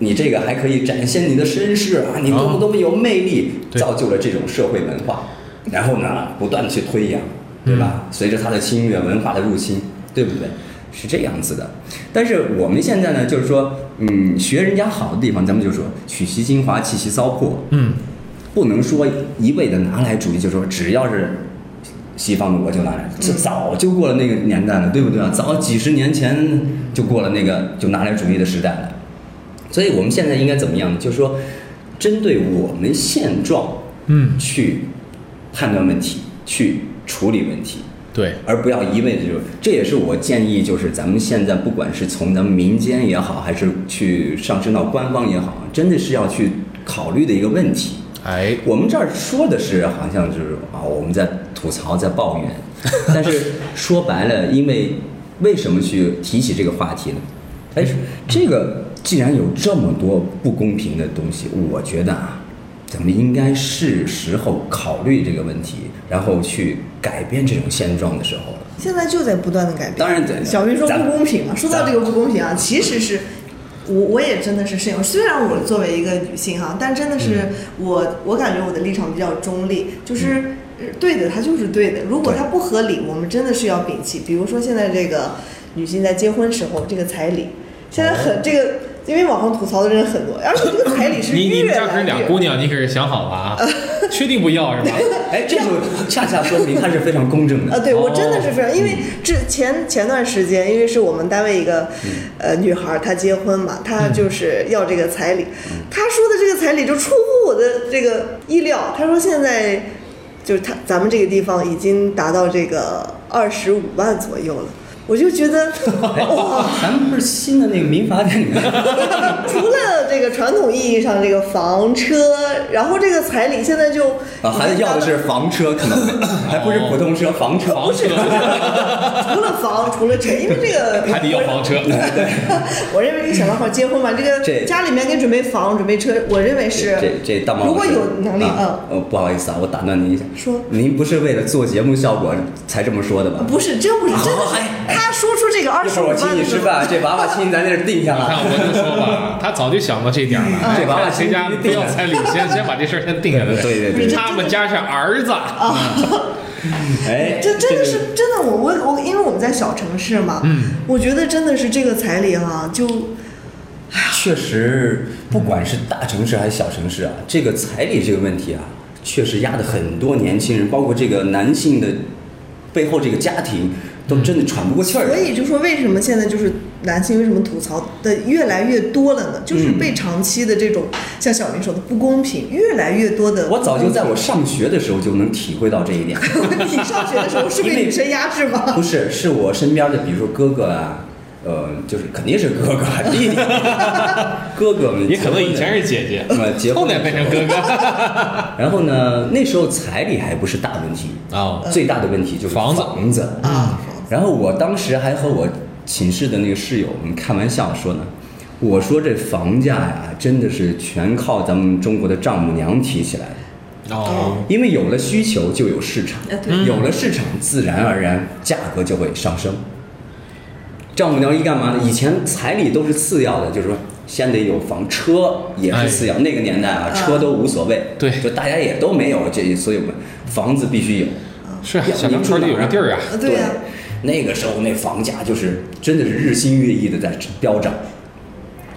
Speaker 3: 你这个还可以展现你的身世啊，你多
Speaker 1: 哦
Speaker 3: 么多么有魅力，
Speaker 1: 对
Speaker 3: 造就了这种社会文化，然后呢，不断地去推扬，对吧？随着它的侵略文化的入侵，对不对？是这样子的。但是我们现在呢，就是说，嗯，学人家好的地方，咱们就说取其精华，弃其糟粕，
Speaker 1: 嗯，
Speaker 3: 不能说一味的拿来主义，就说只要是西方的我就拿来，这早就过了那个年代了，对不对啊？早几十年前就过了那个就拿来主义的时代了。所以我们现在应该怎么样呢？就是说，针对我们现状，
Speaker 1: 嗯
Speaker 3: 去判断问题，去处理问题，
Speaker 1: 对，
Speaker 3: 而不要一味的就是，这也是我建议，就是咱们现在不管是从咱们民间也好，还是去上升到官方也好，真的是要去考虑的一个问题。
Speaker 1: 哎，
Speaker 3: 我们这儿说的是好像就是啊，我们在吐槽，在抱 怨，但是说白了，因为为什么去提起这个话题呢？哎，这个既然有这么多不公平的东西，我觉得啊，咱们应该是时候考虑这个问题，然后去改变这种现状的时候了。
Speaker 2: 现在就在不断的改变。
Speaker 3: 当然对
Speaker 2: 小云说
Speaker 3: 咱
Speaker 2: 不公平嘛，说到
Speaker 3: 咱
Speaker 2: 这个不公平啊，其实是。我我也真的是深有，虽然我作为一个女性哈，但真的是
Speaker 1: 嗯
Speaker 2: 我、我感觉我的立场比较中立，就是呃
Speaker 1: 嗯
Speaker 2: 对的，它就是对的。如果它不合理，我们真的是要摒弃。比如说现在这个女性在结婚时候这个彩礼，现在
Speaker 1: 哦
Speaker 2: 很这个，因为网上吐槽的人很多，而且这个彩礼是
Speaker 1: 你你
Speaker 2: 越
Speaker 1: 们家可
Speaker 2: 来
Speaker 1: 是俩
Speaker 2: 越
Speaker 1: 姑娘，你可是想好了啊？确定不要是吧？
Speaker 3: 呃哎，这就恰恰说明它是非常公正
Speaker 2: 啊，
Speaker 3: 的。
Speaker 2: 对我
Speaker 1: 哦
Speaker 2: 真的是非常，因为之前前段时间，因为是我们单位一个
Speaker 3: 嗯
Speaker 2: 呃女孩儿，她结婚嘛，她就是要这个彩礼，
Speaker 3: 嗯
Speaker 2: 她说的这个彩礼就出乎我的这个意料。她说现在就是她咱们这个地方已经达到这个二十五万左右了，我就觉 得哇，
Speaker 3: 哦咱们不是新的那个民法典里面，
Speaker 2: 除了这个传统意义上这个房车，然后这个彩礼现在就
Speaker 3: 啊，还要的是房车，可能还不是普通车，房车。
Speaker 1: 房车
Speaker 2: 除了房，除了车，因为这个
Speaker 1: 还得要房车。
Speaker 3: 哎
Speaker 2: 我认为这个小浪花结婚吧，这
Speaker 3: 这
Speaker 2: 个家里面给准备房、准备车，我认为是
Speaker 3: 这这大猫老师，
Speaker 2: 如果有能力，
Speaker 3: 啊
Speaker 2: 嗯，，
Speaker 3: 呃，不好意思啊，我打断您一下，
Speaker 2: 说
Speaker 3: 您不是为了做节目效果才这么说的吧？
Speaker 2: 呃不是真不是真的是
Speaker 3: 哎，
Speaker 2: 他说出这个二
Speaker 3: 一
Speaker 2: 十
Speaker 3: 会
Speaker 2: 五
Speaker 3: 儿我
Speaker 2: 万
Speaker 3: 请你
Speaker 2: 的
Speaker 3: 吃饭，这娃娃亲咱这儿定下
Speaker 1: 你看，
Speaker 3: 了。
Speaker 1: 我就说吧，他早就想到这点儿了。
Speaker 3: 哎这娃娃
Speaker 1: 谁家
Speaker 3: 亲
Speaker 1: 不要彩礼，先先把这事儿先定下来。
Speaker 3: 对对对哦对
Speaker 1: 他们家是儿子，
Speaker 3: 哎，
Speaker 2: 这真的是真的，我我我，因为我们在小城市嘛，
Speaker 1: 嗯，
Speaker 2: 我觉得真的是这个彩礼哈、就
Speaker 3: 确实，不管是大城市还是小城市啊，这个彩礼这个问题啊，确实压得很多年轻人，包括这个男性的背后这个家庭，都真的喘不过气儿
Speaker 2: 所。以就说为什么现在就是男性为什么吐槽的越来越多了
Speaker 3: 嗯
Speaker 2: 呢？就是被长期的这种像小明说的不公平，越来越多的。
Speaker 3: 我早就在我上学的时候就能体会到这一点。
Speaker 2: 你上学的时候是被
Speaker 3: 因为
Speaker 2: 女生压制吗？
Speaker 3: 不是，是我身边的，比如说哥哥啊，呃，就是肯定是哥哥弟弟， 哥哥们
Speaker 1: 也可能以前
Speaker 3: 是。
Speaker 1: 是姐姐
Speaker 3: 呃，结婚
Speaker 1: 后
Speaker 3: 的
Speaker 1: 来变成哥哥。
Speaker 3: 然后呢，那时候彩礼还不是大问题
Speaker 1: 哦
Speaker 3: 最大的问题就是
Speaker 1: 房子
Speaker 3: 房子嗯
Speaker 2: 啊，
Speaker 3: 然后我当时还和我寝室的那个室友我们开玩笑说呢，我说这房价呀，真的是全靠咱们中国的丈母娘提起来的。
Speaker 1: 哦，
Speaker 3: 因为有了需求就有市场
Speaker 1: 呃
Speaker 2: 啊对，
Speaker 1: 嗯
Speaker 3: 有了市场自然而然价格就会上升。丈母娘一干嘛呢？以前彩礼都是次要的，就是说先得有房，车也是次要。那个年代啊，车都无所谓，
Speaker 1: 哎嗯对
Speaker 3: 就大家也都没有这，所以我们房子必须有。
Speaker 1: 是啊
Speaker 3: 要
Speaker 1: 小
Speaker 3: 你
Speaker 1: 洋
Speaker 3: 住
Speaker 1: 村里
Speaker 3: 哪
Speaker 1: 有个地儿啊，
Speaker 2: 啊对呀
Speaker 3: 那个时候那房价就是真的是日新月异的在飙涨。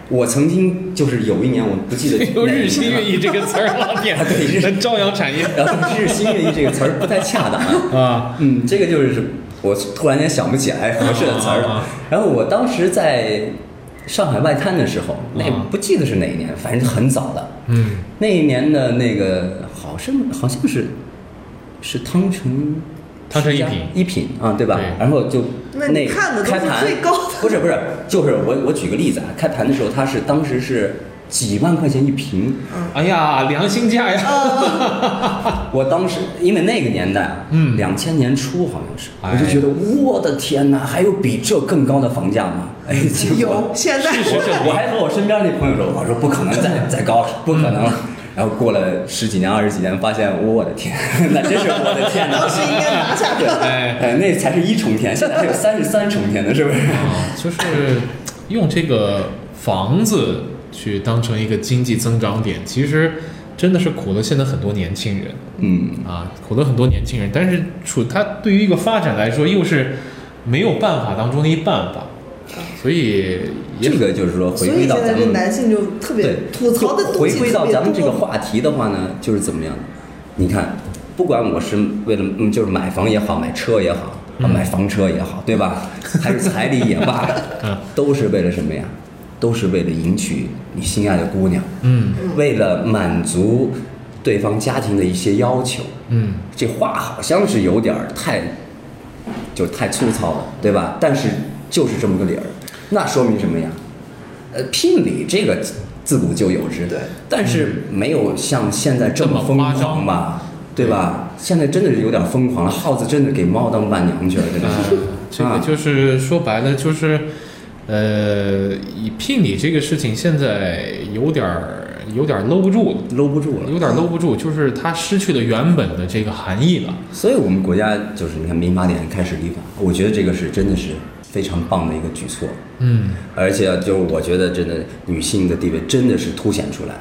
Speaker 3: 我曾经就是有一年，我不记 得
Speaker 1: 用
Speaker 3: 哪一
Speaker 1: 日新
Speaker 3: 年了
Speaker 1: 月异这个词儿老点
Speaker 3: 对日新
Speaker 1: 朝阳产业
Speaker 3: 然后“日新月异”这个词儿不太恰当啊。
Speaker 1: 啊，
Speaker 3: 嗯，这个就是我突然间想不起 来合适的词
Speaker 1: 啊
Speaker 3: 儿
Speaker 1: 啊啊
Speaker 3: 了。然后我当时在上海外滩的时候，那
Speaker 1: 啊
Speaker 3: 不记得是哪一年，反正很早了。
Speaker 1: 嗯，
Speaker 3: 那一年的那个好像好像是是汤臣
Speaker 1: 汤臣一品
Speaker 3: 一品啊，对吧？
Speaker 1: 对
Speaker 3: 然后就
Speaker 2: 那你看的都是
Speaker 3: 开盘
Speaker 2: 最高的
Speaker 3: 不是不是，就是我我举个例子啊，开盘的时候它是当时是几万块钱一瓶，
Speaker 1: 哎呀，良心价呀，
Speaker 3: 我当时因为那个年代啊，
Speaker 1: 嗯
Speaker 3: 两千年初好像是，
Speaker 1: 哎
Speaker 3: 我就觉得我的天哪，还有比这更高的房价吗？哎， 结果
Speaker 2: 有现在
Speaker 1: 事实证
Speaker 3: 我
Speaker 1: 明，
Speaker 3: 还和我身边那朋友说，我说不可能 再再高了，
Speaker 2: 嗯
Speaker 3: 不可能了。然后过了十几年、二十几年，发现我的天， 那真是我 的天
Speaker 2: 当
Speaker 3: 哪！
Speaker 2: 时应该拿下
Speaker 3: 对
Speaker 2: 的。
Speaker 1: 哎，
Speaker 3: 哎，那才是一重天，现在还有三十三重天呢，是不是？
Speaker 2: 哎
Speaker 1: 啊，就是用这个房子去当成一个经济增长点，其实真的是苦了现在很多年轻人。
Speaker 3: 嗯，
Speaker 1: 啊，苦了很多年轻人，但是处它对于一个发展来说，又是没有办法当中的一办法，所以也
Speaker 3: 这个就是说
Speaker 2: 所
Speaker 3: 回
Speaker 2: 以
Speaker 3: 归到
Speaker 2: 现在
Speaker 3: 咱
Speaker 2: 这
Speaker 3: 们
Speaker 2: 男性就特别
Speaker 3: 对，
Speaker 2: 吐槽的
Speaker 3: 就
Speaker 2: 东
Speaker 3: 回
Speaker 2: 西
Speaker 3: 归
Speaker 2: 特
Speaker 3: 到
Speaker 2: 别
Speaker 3: 咱们这个
Speaker 2: 多。
Speaker 3: 话题的话呢，就是怎么样？你看，不管我是为了嗯，就是买房也好，买车也好，啊买房车也好，对吧？ 还是彩礼也罢
Speaker 1: 嗯，
Speaker 3: 都是为了什么呀？都是为了迎娶你心爱的姑娘，
Speaker 1: 嗯
Speaker 3: 为了满足对方家庭的一些要求。
Speaker 1: 嗯，
Speaker 3: 这话好像是有点儿太，就太粗糙了，对吧？但是就是这么个理儿，那说明什么呀？呃，聘礼这个自古就有之，
Speaker 2: 对，
Speaker 3: 但是没有像现在这么
Speaker 1: 嗯这
Speaker 3: 疯
Speaker 1: 么夸张
Speaker 3: 狂吧，对吧？现在真的是有点疯狂了，耗子真的给猫当伴娘去了，真的
Speaker 1: 呃
Speaker 3: 是。，
Speaker 1: 这
Speaker 3: 啊
Speaker 1: 个就是说白了就是，呃，以聘礼这个事情现在有点儿有点儿搂不住了。
Speaker 3: 搂不住了，
Speaker 1: 有点儿搂不住，就是它失去了原本的这个含义了。
Speaker 3: 所以我们国家就是你看民法典开始立法，我觉得这个是真的是非常棒的一个举措，
Speaker 1: 嗯，
Speaker 3: 而且就是我觉得真的女性的地位真的是凸显出来，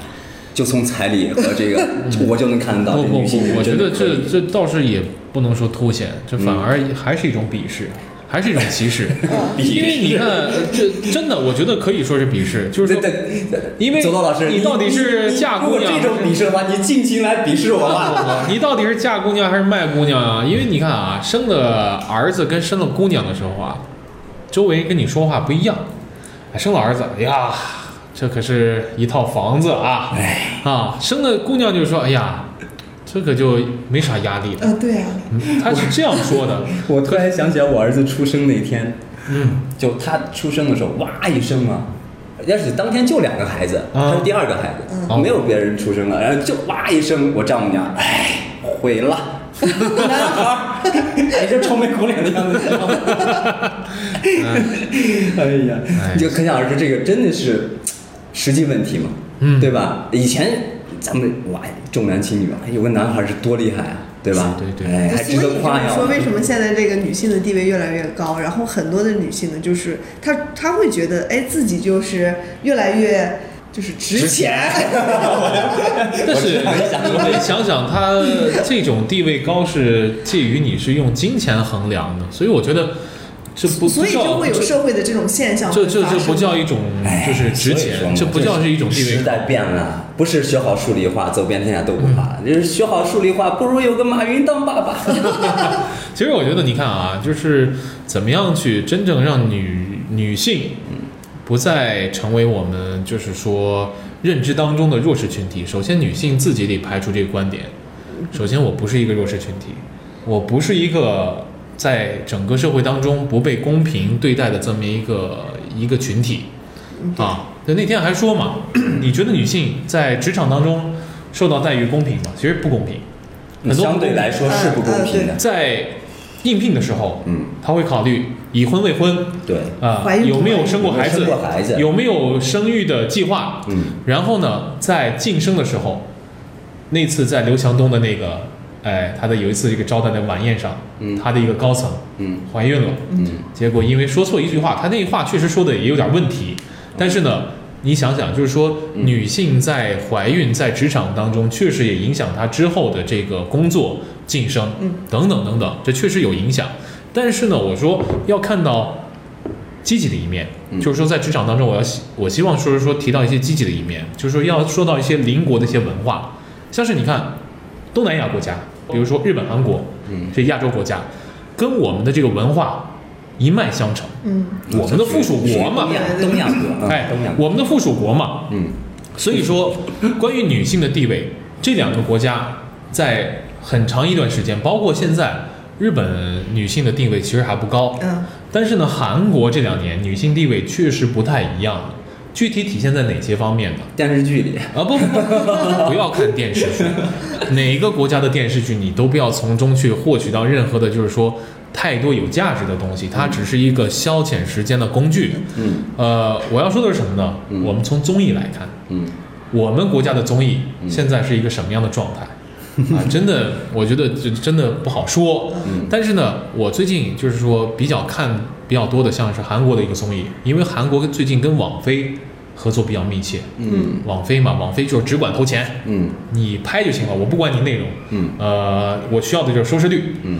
Speaker 3: 就从彩礼和这 个我就能看得到
Speaker 1: 不
Speaker 3: 这
Speaker 1: 不
Speaker 3: 女性
Speaker 1: 不，
Speaker 3: 是
Speaker 1: 我觉
Speaker 3: 真的
Speaker 1: 得
Speaker 3: 可
Speaker 1: 这
Speaker 3: 以嗯
Speaker 1: 这倒是也不能说凸显，这反而还是一种鄙视，还是一种歧视。因为你看，呃这真的，我觉得可以说是鄙视，就是说
Speaker 3: 对，对
Speaker 1: 因为
Speaker 3: 左道老师，
Speaker 1: 你到底是
Speaker 3: 你你
Speaker 1: 嫁
Speaker 3: 如果
Speaker 1: 姑娘
Speaker 3: 这种
Speaker 1: 还是
Speaker 3: 鄙视的话，你尽情来鄙视我吧。
Speaker 1: 你到底是嫁姑娘还是卖姑娘啊？因为你看啊，生了儿子跟生了姑娘的时候啊，周围跟你说话不一样。哎生了儿子，哎呀，这可是一套房子啊！
Speaker 3: 哎
Speaker 1: 啊，生了姑娘就说，哎呀，这可就没啥压力了。
Speaker 2: 啊，对啊，
Speaker 1: 嗯他是这样说的，
Speaker 3: 我突然想起来，我儿子出生那天，
Speaker 1: 嗯，
Speaker 3: 就他出生的时候，哇一声啊，而且当天就两个孩子，
Speaker 1: 啊
Speaker 3: 他是第二个孩子，
Speaker 1: 嗯
Speaker 3: 没有别人出生了，然后就哇一声，我丈母娘，哎，毁了。男孩儿，哎，这愁眉苦脸的样子， 哎呀
Speaker 1: 哎，
Speaker 3: 就可想而知，这个真的是实际问题嘛，
Speaker 1: 嗯
Speaker 3: 对吧？以前咱们哇重男轻女啊，有个男孩儿是多厉害啊，对吧？
Speaker 1: 是对对
Speaker 3: 哎，还值
Speaker 2: 所以
Speaker 3: 得夸
Speaker 2: 你
Speaker 3: 耀。
Speaker 2: 说为什么现在这个女性的地位越来越高，然后很多的女性呢，就是她她会觉得，哎，自己就是越来越就是值
Speaker 3: 值钱。
Speaker 1: 但是你想想，他这种地位高是介于你是用金钱衡量的，所以我觉得这不
Speaker 2: 所以
Speaker 1: 不叫
Speaker 2: 就会有社会的这种现象
Speaker 1: 这
Speaker 2: 会
Speaker 1: 这
Speaker 2: 发
Speaker 1: 这不
Speaker 2: 生
Speaker 1: 叫一种
Speaker 3: 哎
Speaker 1: 就是值
Speaker 3: 所以说
Speaker 1: 钱，
Speaker 3: 嘛
Speaker 1: 这不叫是一种地
Speaker 3: 时
Speaker 1: 位嗯高。
Speaker 3: 代变了，不是学好数理化走遍天下都不怕，
Speaker 1: 嗯
Speaker 3: 就是学好数理化不如有个马云当爸 爸。
Speaker 1: 其实我觉得，你看啊，就是怎么样去真正让女女性不再成为我们就是说认知当中的弱势群体。首先，女性自己得排除这个观点。首先，我不是一个弱势群体，我不是一个在整个社会当中不被公平对待的这么一个一个群体啊。对，那天还说嘛， 你觉得女性在职场当中受到待遇公平吗？其实不公平，很多
Speaker 3: 相对来说是不公平的。
Speaker 1: 在应聘的时候，
Speaker 3: 嗯，
Speaker 1: 他会考虑已婚未婚
Speaker 3: 对，
Speaker 1: 啊、
Speaker 2: 怀孕
Speaker 1: 有没有
Speaker 2: 不
Speaker 1: 生过孩子，
Speaker 3: 有没有生过孩子
Speaker 1: 有没有生育的计划，
Speaker 3: 嗯，
Speaker 1: 然后呢，在晋升的时候，那次在刘强东的那个，哎，他的有一次一个招待的晚宴上，
Speaker 3: 嗯
Speaker 1: 他的一个高层，
Speaker 3: 嗯，
Speaker 1: 怀孕了，
Speaker 3: 嗯，
Speaker 1: 结果因为说错一句话，他那话确实说的也有点问题，
Speaker 3: 嗯
Speaker 1: 但是呢，你想想，就是说女性在怀孕在职场当中，确实也影响她之后的这个工作晋升，
Speaker 2: 嗯，
Speaker 1: 等等等等，这确实有影响。但是呢，我说要看到积极的一面，
Speaker 3: 嗯
Speaker 1: 就是说在职场当中，我要希我希望说是说提到一些积极的一面，就是说要说到一些邻国的一些文化，像是你看东南亚国家，比如说日本、韩国，
Speaker 3: 嗯，
Speaker 1: 这亚洲国家，跟我们的这个文化一脉相承，
Speaker 2: 嗯，
Speaker 1: 我们的附属国嘛
Speaker 3: 东，亚东亚国，
Speaker 1: 哎
Speaker 3: 嗯东亚，国，
Speaker 1: 我们的附属国嘛，
Speaker 3: 嗯，
Speaker 1: 所以说，关于女性的地位，这两个国家在很长一段时间，包括现在，日本女性的地位其实还不高。
Speaker 2: 嗯，
Speaker 1: 但是呢，韩国这两年女性地位确实不太一样了，具体体现在哪些方面呢？
Speaker 3: 电视剧里，
Speaker 1: 啊不不不，不要看电视剧，哪个国家的电视剧你都不要从中去获取到任何的，就是说太多有价值的东西，它只是一个消遣时间的工具。
Speaker 3: 嗯
Speaker 1: 呃，我要说的是什么呢？
Speaker 3: 嗯
Speaker 1: 我们从综艺来看，
Speaker 3: 嗯，
Speaker 1: 我们国家的综艺现在是一个什么样的状态？啊，真的，我觉得这真的不好说。
Speaker 3: 嗯
Speaker 1: 但是呢，我最近就是说比较看比较多的，像是韩国的一个综艺，因为韩国最近跟网飞合作比较密切。
Speaker 3: 嗯
Speaker 1: 网飞嘛，网飞就是只管投钱，
Speaker 3: 嗯
Speaker 1: 你拍就行了，我不管你内容。
Speaker 3: 嗯
Speaker 1: 呃，我需要的就是收视率。
Speaker 3: 嗯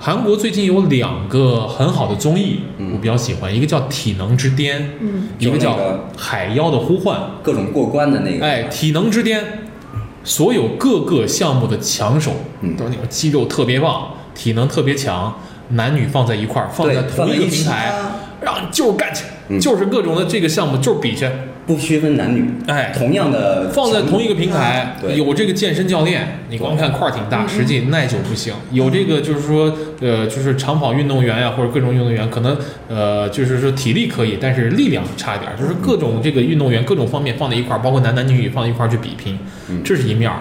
Speaker 1: 韩国最近有两个很好的综艺，
Speaker 3: 嗯
Speaker 1: 我比较喜欢，一个叫《体能之巅》，
Speaker 2: 嗯
Speaker 1: 一个叫
Speaker 3: 就那
Speaker 1: 《
Speaker 3: 个
Speaker 1: 海妖的呼唤》。
Speaker 3: 各种过关的那个，
Speaker 1: 哎，体能之巅，所有各个项目的强手
Speaker 3: 嗯
Speaker 1: 都是那种肌肉特别棒，体能特别强，男女放在一块儿，放在
Speaker 3: 对
Speaker 1: 同一个
Speaker 3: 放在一
Speaker 1: 平
Speaker 3: 起
Speaker 1: 台
Speaker 2: 啊，
Speaker 1: 让你就是干去，
Speaker 3: 嗯
Speaker 1: 就是各种的这个项目就是比去，
Speaker 3: 不区分男女，
Speaker 1: 哎
Speaker 3: 同样的
Speaker 1: 放在同一个平台，
Speaker 3: 对
Speaker 1: 有这个健身教练，你光看块儿挺大，实际耐久不行。有这个就是说，呃，就是长跑运动员啊呀、或者各种运动员，可能呃，就是说体力可以，但是力量差一点儿。就是各种这个运动员各种方面放在一块儿，包括男男女女放在一块儿去比拼，这是一面儿。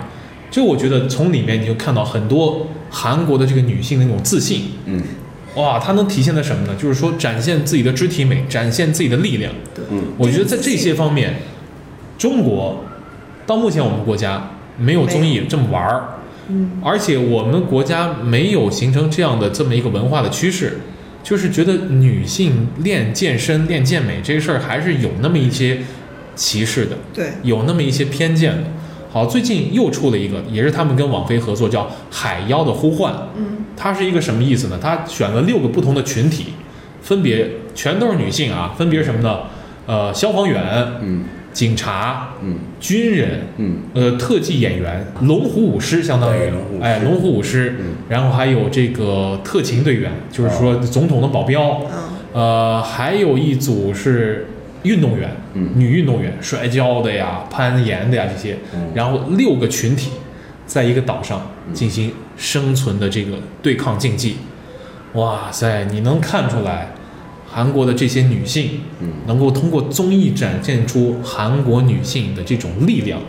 Speaker 1: 这我觉得从里面你就看到很多韩国的这个女性的那种自信，
Speaker 3: 嗯
Speaker 1: 哇，它能体现在什么呢？就是说展现自己的肢体美，展现自己的力量。
Speaker 3: 嗯
Speaker 1: 我觉得在这些方面，中国到目前我们国家没有综艺这么玩儿，
Speaker 2: 嗯，
Speaker 1: 而且我们国家没有形成这样的这么一个文化的趋势，就是觉得女性练健身、练健美这事儿还是有那么一些歧视的，
Speaker 2: 对，
Speaker 1: 有那么一些偏见的。好，最近又出了一个，也是他们跟网飞合作，叫《海妖的呼唤》。
Speaker 2: 嗯，
Speaker 1: 它是一个什么意思呢？它选了六个不同的群体，分别全都是女性啊，分别是什么呢？呃，消防员、
Speaker 3: 嗯
Speaker 1: 警察、
Speaker 3: 嗯
Speaker 1: 军人、
Speaker 3: 嗯
Speaker 1: 呃，特技演员、龙虎舞狮，相当于
Speaker 3: 对龙虎舞狮
Speaker 1: 哎，龙虎舞狮
Speaker 3: 嗯，哦
Speaker 1: 然后还有这个特勤队员，就是说总统的保镖，
Speaker 2: 啊，
Speaker 1: 呃，还有一组是运动员，
Speaker 3: 嗯
Speaker 1: 女运动员，摔跤的呀、攀岩的呀这些，
Speaker 3: 嗯
Speaker 1: 然后六个群体在一个岛上进行生存的这个对抗竞技。哇塞，你能看出来，韩国的这些女性
Speaker 3: 嗯
Speaker 1: 能够通过综艺展现出韩国女性的这种力量，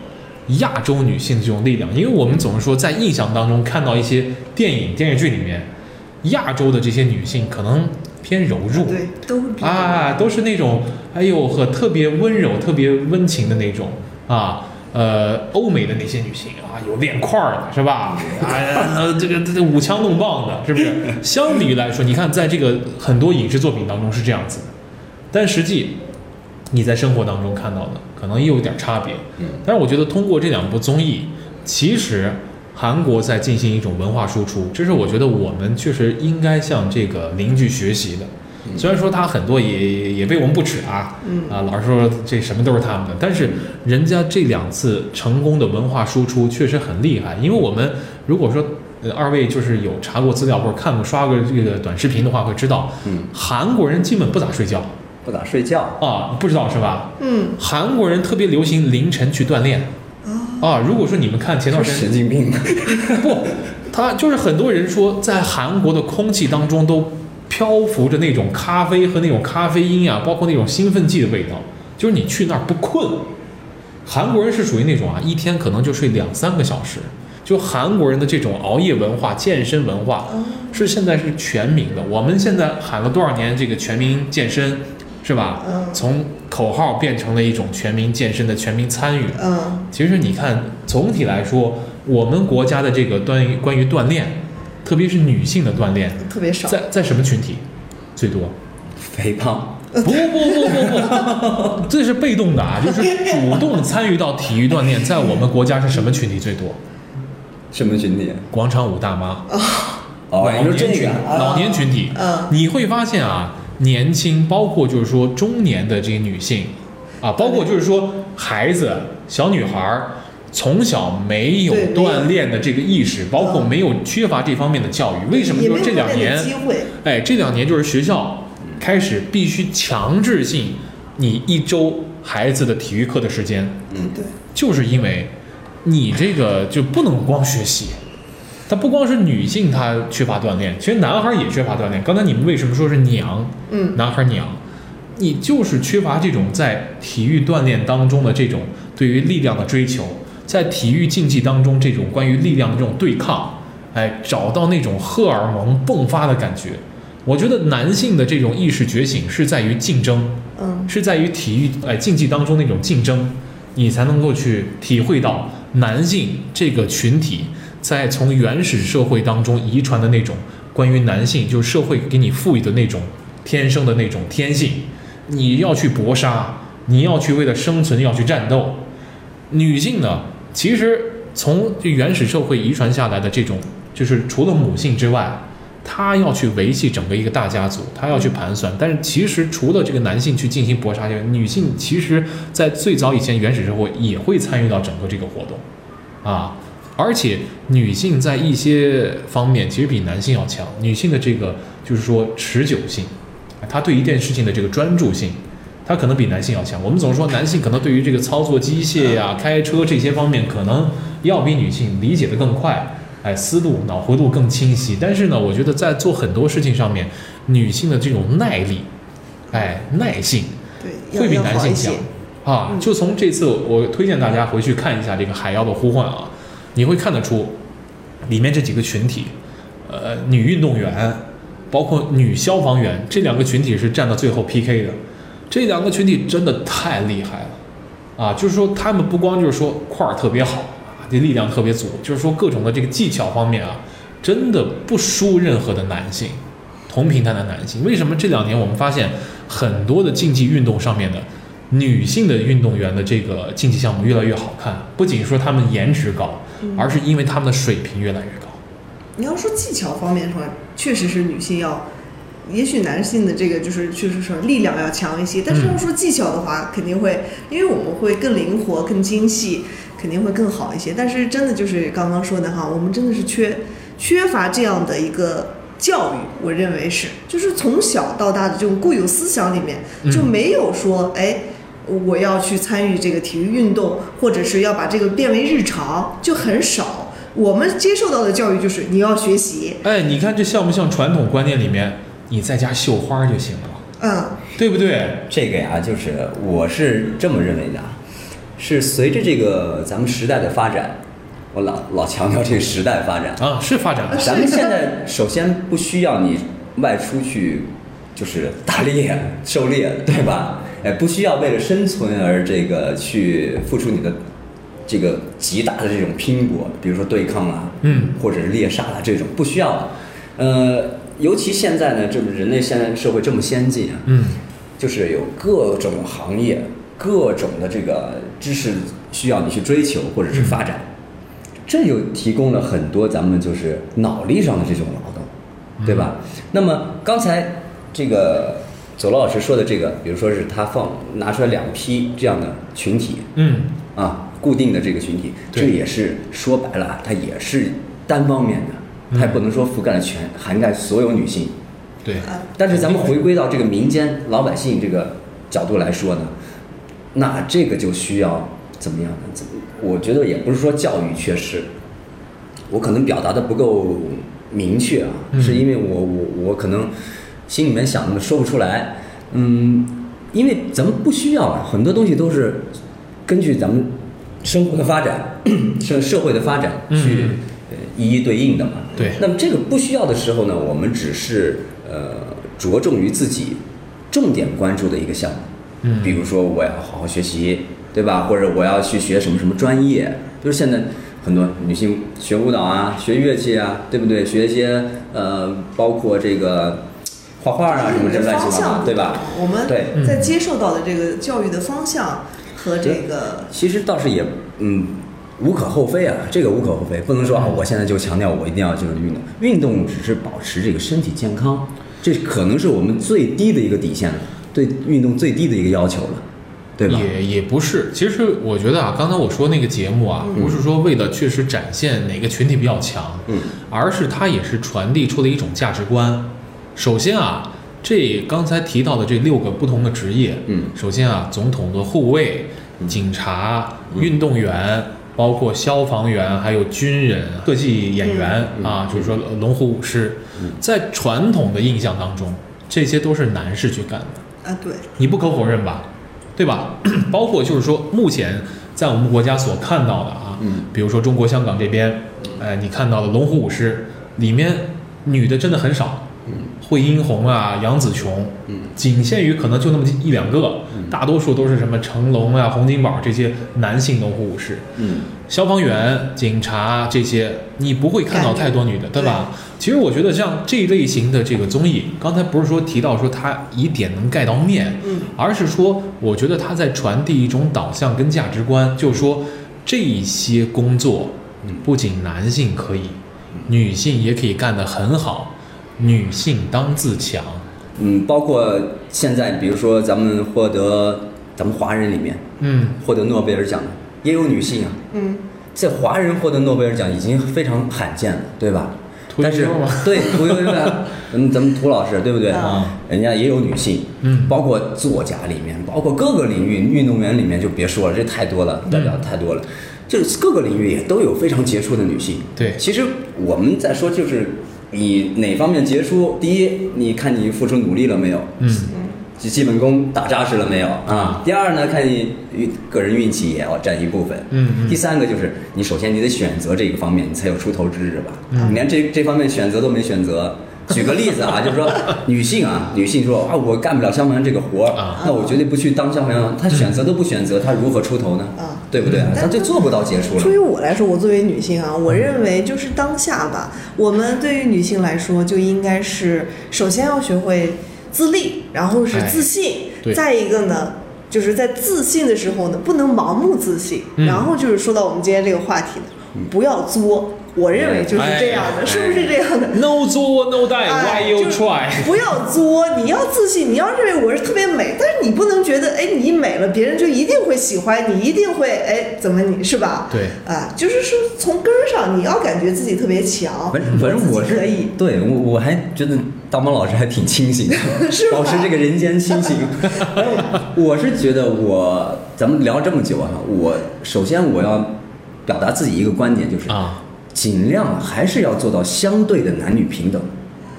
Speaker 1: 亚洲女性的这种力量。因为我们总是说在印象当中看到一些电影、电视剧里面，亚洲的这些女性可能偏柔弱，
Speaker 2: 对，都比
Speaker 1: 啊，都是那种哎呦呵，特别温柔、特别温情的那种啊。呃，欧美的那些女性啊，有练块儿的是吧？啊，呃这个这个舞枪弄棒的，是不是？相比于来说，你看在这个很多影视作品当中是这样子的，但实际你在生活当中看到的可能又有点差别。
Speaker 3: 嗯
Speaker 1: 但是我觉得通过这两部综艺，其实韩国在进行一种文化输出，这是我觉得我们确实应该向这个邻居学习的。虽然说他很多也也也被我们不耻啊，
Speaker 2: 嗯
Speaker 1: 啊，老是说这什么都是他们的，但是人家这两次成功的文化输出确实很厉害，因为我们如果说。呃，二位就是有查过资料或者看过刷过这个短视频的话，会知道
Speaker 3: 嗯，
Speaker 1: 韩国人基本不咋睡觉
Speaker 3: 不咋睡觉，
Speaker 1: 啊，不知道是吧？
Speaker 2: 嗯
Speaker 1: 韩国人特别流行凌晨去锻炼
Speaker 2: 啊，
Speaker 1: 啊。如果说你们看前段时间
Speaker 3: 神经病，
Speaker 1: 不，他就是很多人说，在韩国的空气当中都漂浮着那种咖啡和那种咖啡因啊，包括那种兴奋剂的味道，就是你去那儿不困。韩国人是属于那种啊，一天可能就睡两三个小时。就韩国人的这种熬夜文化、健身文化，
Speaker 2: 啊
Speaker 1: 是现在是全民的。我们现在喊了多少年这个全民健身，是吧？
Speaker 2: 嗯
Speaker 1: 从口号变成了一种全民健身的全民参与。
Speaker 2: 嗯，
Speaker 1: 其实你看，总体来说，我们国家的这个关于关于锻炼，特别是女性的锻炼，
Speaker 2: 特别少。
Speaker 1: 在在什么群体最多？
Speaker 3: 肥胖，
Speaker 1: 不不不不不，这是被动的啊，就是主动参与到体育锻炼，在我们国家是什么群体最多？
Speaker 3: 什么群体？
Speaker 1: 广场舞大妈、
Speaker 3: 哦，
Speaker 1: 老
Speaker 3: 你说
Speaker 1: 年
Speaker 3: 这
Speaker 1: 群、
Speaker 3: 个啊，
Speaker 1: 老年群体，
Speaker 2: 嗯
Speaker 1: 你会发现啊，年轻包括就是说中年的这些女性，啊，包括就是说孩子、小女孩儿，从小没有
Speaker 2: 对没有嗯
Speaker 1: 锻炼的这个意识，包括没有缺乏这方面的教育，为什么
Speaker 2: 也
Speaker 1: 就
Speaker 2: 没
Speaker 1: 是这
Speaker 2: 有
Speaker 1: 两
Speaker 2: 锻炼
Speaker 1: 年
Speaker 2: 的机会？
Speaker 1: 哎，这两年就是学校开始必须强制性，你一周孩子的体育课的时间，
Speaker 3: 嗯
Speaker 2: 对，
Speaker 1: 就是因为你这个就不能光学习。它不光是女性，她缺乏锻炼，其实男孩也缺乏锻炼。刚才你们为什么说是娘？
Speaker 2: 嗯，
Speaker 1: 男孩娘，你就是缺乏这种在体育锻炼当中的这种对于力量的追求，在体育竞技当中这种关于力量的这种对抗，哎，找到那种荷尔蒙迸发的感觉。我觉得男性的这种意识觉醒是在于竞争，
Speaker 2: 嗯，
Speaker 1: 是在于体育哎竞技当中那种竞争，你才能够去体会到男性这个群体在从原始社会当中遗传的那种关于男性就是社会给你赋予的那种天生的那种天性，你要去搏杀，你要去为了生存要去战斗。女性呢，其实从这原始社会遗传下来的这种，就是除了母性之外，她要去维系整个一个大家族，她要去盘算。但是其实除了这个男性去进行搏杀之外，女性其实在最早以前原始社会也会参与到整个这个活动，啊。而且女性在一些方面其实比男性要强，女性的这个就是说持久性，她对一件事情的这个专注性，他可能比男性要强。我们总说男性可能对于这个操作机械呀、开车这些方面，可能要比女性理解的更快，哎，思路、脑回路更清晰。但是呢，我觉得在做很多事情上面，女性的这种耐力，哎，耐性
Speaker 2: 对，要
Speaker 1: 会比
Speaker 2: 要
Speaker 1: 男
Speaker 2: 好
Speaker 1: 性
Speaker 2: 一些嗯
Speaker 1: 强。啊。就从这次，我推荐大家回去看一下这个《海妖的呼唤》啊，你会看得出里面这几个群体，呃，女运动员，包括女消防员这两个群体是站到最后 PK 的。这两个群体真的太厉害了，啊，就是说他们不光就是说块儿特别好啊，这力量特别足，就是说各种的这个技巧方面啊，真的不输任何的男性，同平台的男性。为什么这两年我们发现很多的竞技运动上面的女性的运动员的这个竞技项目越来越好看？不仅说她们颜值高，而是因为她们的水平越来越高。
Speaker 2: 你要说技巧方面的话，确实是女性要，也许男性的这个就是确实说力量要强一些，但是
Speaker 1: 嗯
Speaker 2: 要说技巧的话，肯定会，因为我们会更灵活、更精细，肯定会更好一些。但是真的就是刚刚说的哈，我们真的是缺缺乏这样的一个。教育，我认为是，就是从小到大的这种固有思想里面
Speaker 1: 嗯
Speaker 2: 就没有说，哎，我要去参与这个体育运动，或者是要把这个变为日常，就很少。我们接受到的教育就是你要学习，
Speaker 1: 哎，你看这像不像传统观念里面，你在家绣花就行了，
Speaker 2: 嗯，
Speaker 1: 对不对？
Speaker 3: 这个呀，就是我是这么认为的啊，是随着这个咱们时代的发展，我老老强调这个时代发展，
Speaker 1: 啊，是发展了。
Speaker 3: 咱们现在首先不需要你外出去，就是打猎、狩猎，对吧？哎，不需要为了生存而这个去付出你的这个极大的这种拼搏，比如说对抗啊，
Speaker 1: 嗯，
Speaker 3: 或者是猎杀啊这种，不需要了。呃，尤其现在呢，这么人类现在社会这么先进啊，
Speaker 1: 嗯，
Speaker 3: 就是有各种行业、各种的这个知识需要你去追求或者是发
Speaker 1: 嗯
Speaker 3: 展，这又提供了很多咱们就是脑力上的这种劳动，对吧？那么刚才这个左老师说的这个，比如说是他放拿出来两批这样的群体
Speaker 1: 嗯，
Speaker 3: 啊，固定的这个群体，
Speaker 1: 对
Speaker 3: 这也是说白了啊，它也是单方面的，它也不能说覆盖了全涵盖所有女性。
Speaker 1: 对，
Speaker 3: 但是咱们回归到这个民间老百姓这个角度来说呢，那这个就需要怎么样呢？怎么？我觉得也不是说教育缺失，我可能表达的不够明确啊，
Speaker 1: 嗯
Speaker 3: 是因为我我我可能心里面想的说不出来，嗯，因为咱们不需要啊，很多东西都是根据咱们生活的发展、社社会的发展去
Speaker 1: 嗯
Speaker 3: 呃一一对应的嘛。
Speaker 1: 对
Speaker 3: 那么这个不需要的时候呢，我们只是呃着重于自己重点关注的一个项目，
Speaker 1: 嗯
Speaker 3: 比如说我要好好学习，对吧？或者我要去学什么什么专业，就是现在很多女性学舞蹈啊，学乐器啊，对不对？学一些呃，包括这个画画啊什么之类
Speaker 2: 方向
Speaker 3: 的，对吧？
Speaker 2: 我们
Speaker 3: 对，
Speaker 2: 在接受到的这个教育的方向和这个
Speaker 3: 其实倒是也，嗯，无可厚非啊，这个无可厚非，不能说啊，我现在就强调我一定要就是运动，运动只是保持这个身体健康，这可能是我们最低的一个底线了，对运动最低的一个要求了，对吧？
Speaker 1: 也也不是，其实我觉得啊，刚才我说那个节目啊，不是说为了确实展现哪个群体比较强，
Speaker 3: 嗯，
Speaker 1: 而是它也是传递出的一种价值观。首先啊，这刚才提到的这六个不同的职业，
Speaker 3: 嗯
Speaker 1: 首先啊，总统的护卫、警察、
Speaker 3: 嗯
Speaker 1: 运动员。包括消防员，还有军人、特技演员、
Speaker 3: 嗯
Speaker 1: 啊，就是说龙虎武师，在传统的印象当中，这些都是男士去干的。
Speaker 2: 啊，对，
Speaker 1: 你不可否认吧，对吧？ 包括就是说，目前在我们国家所看到的啊，
Speaker 3: 嗯，
Speaker 1: 比如说中国香港这边，呃，你看到的龙虎舞狮里面女的真的很少，嗯，惠英红啊、杨紫琼，嗯，仅限于可能就那么一两个，大多数都是什么成龙啊、洪金宝这些男性龙虎舞狮，
Speaker 3: 嗯，
Speaker 1: 消防员、警察这些，你不会看到太多女的，对吧？其实我觉得像这一类型的这个综艺，刚才不是说提到说它以点能盖到面，
Speaker 2: 嗯，
Speaker 1: 而是说我觉得它在传递一种导向跟价值观，就是说这一些工作，不仅男性可以，女性也可以干得很好，女性当自强，
Speaker 3: 嗯，包括现在，比如说咱们获得咱们华人里面
Speaker 1: 嗯，
Speaker 3: 获得诺贝尔奖的也有女性啊，
Speaker 2: 嗯，
Speaker 3: 在华人获得诺贝尔奖已经非常罕见了，对吧？
Speaker 1: 屠呦
Speaker 3: 但
Speaker 1: 呦
Speaker 3: 是
Speaker 1: 吗
Speaker 3: 对屠呦呦啊，咱们咱们涂老师对不对
Speaker 2: 啊？
Speaker 3: 人家也有女性，
Speaker 1: 嗯
Speaker 3: 包括作家里面，包括各个领域运动员里面就别说了，这太多
Speaker 1: 嗯
Speaker 3: 了，代表太多了，就是各个领域也都有非常杰出的女性。
Speaker 1: 对
Speaker 3: 其实我们在说就是你哪方面杰出，第一，你看你付出努力了没有？
Speaker 1: 嗯，
Speaker 3: 基基本功打扎实了没有啊？第二呢，看你运个人运气也要占一部分。
Speaker 1: 嗯嗯
Speaker 3: 第三个就是你首先你得选择这个方面，你才有出头之日吧？
Speaker 1: 嗯
Speaker 3: 你连这这方面选择都没选择。举个例子啊，就是说女性啊，女性说啊，我干不了消防员这个活儿
Speaker 1: 啊，
Speaker 3: 那我绝对不去当消防员。她选择都不选择，她如何出头呢
Speaker 2: 啊？
Speaker 3: 对不对啊？
Speaker 2: 但
Speaker 3: 她就做不到杰出了
Speaker 2: 出。于我来说，我作为女性啊，我认为就是当下吧，我们对于女性来说，就应该是首先要学会自立，然后是
Speaker 1: 哎
Speaker 2: 自信，
Speaker 1: 对
Speaker 2: 再一个呢。就是在自信的时候呢，不能盲目自信。
Speaker 1: 嗯
Speaker 2: 然后就是说到我们今天这个话题呢，不要作。我认为就是这样的，
Speaker 1: 哎
Speaker 2: 是不是这样的？
Speaker 1: No 作 No
Speaker 2: 哎
Speaker 1: die，Why you
Speaker 2: 就是
Speaker 1: try？
Speaker 2: 不要作，你要自信，你要认为我是特别美，但是你不能觉得，哎，你美了，别人就一定会喜欢你，一定会，哎，怎么你是吧？
Speaker 1: 对
Speaker 2: 啊，就是说从根儿上，你要感觉自己特别强，
Speaker 3: 反正反正我
Speaker 2: 自
Speaker 3: 是
Speaker 2: 己可以。，
Speaker 3: 对我我还觉得大猫老师还挺清醒的
Speaker 2: 是吧
Speaker 3: 保持这个人间 清醒。哎我是觉得我咱们聊这么久啊，我首先我要表达自己一个观点，就是
Speaker 1: 啊，
Speaker 3: 尽量还是要做到相对的男女平等。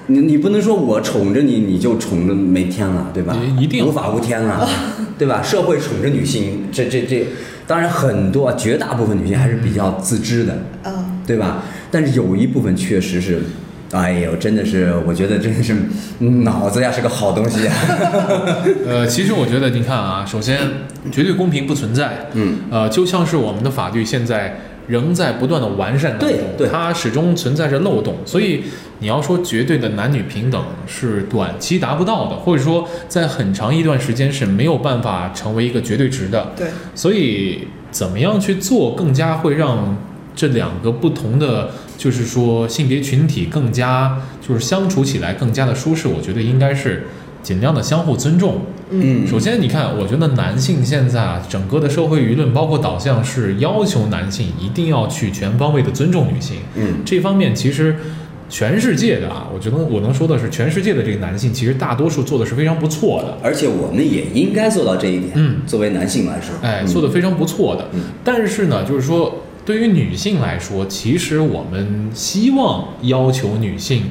Speaker 3: 你你不能说我宠着你，你就宠着没天了，对吧？
Speaker 1: 一定
Speaker 3: 无法无 天了，对吧？社会宠着女性，这这这，当然很多绝大部分女性还是比较自知的，
Speaker 2: 啊，
Speaker 3: 对吧？但是有一部分确实是，哎呦，真的是，我觉得真的是嗯脑子呀是个好东西呀。啊
Speaker 1: 呃，其实我觉得，你看啊，首先绝对公平不存在，
Speaker 3: 嗯，
Speaker 1: 呃，就像是我们的法律现在仍在不断的完善当中，
Speaker 3: 对对
Speaker 1: 它始终存在着漏洞，所以你要说绝对的男女平等是短期达不到的，或者说在很长一段时间是没有办法成为一个绝对值的，
Speaker 2: 对，
Speaker 1: 所以怎么样去做，更加会让这两个不同的，就是说性别群体更加就是相处起来更加的舒适，我觉得应该是尽量的相互尊重。
Speaker 3: 嗯
Speaker 1: 首先，你看，我觉得男性现在啊，整个的社会舆论包括导向是要求男性一定要去全方位的尊重女性。
Speaker 3: 嗯
Speaker 1: 这方面其实全世界的啊，我觉得我能说的是，全世界的这个男性其实大多数做的是非常不错的。
Speaker 3: 而且我们也应该做到这一点。
Speaker 1: 嗯
Speaker 3: 作为男性来说，
Speaker 1: 哎，
Speaker 3: 嗯
Speaker 1: 做的非常不错的。
Speaker 3: 嗯
Speaker 1: 但是呢，就是说，对于女性来说，其实我们希望要求女性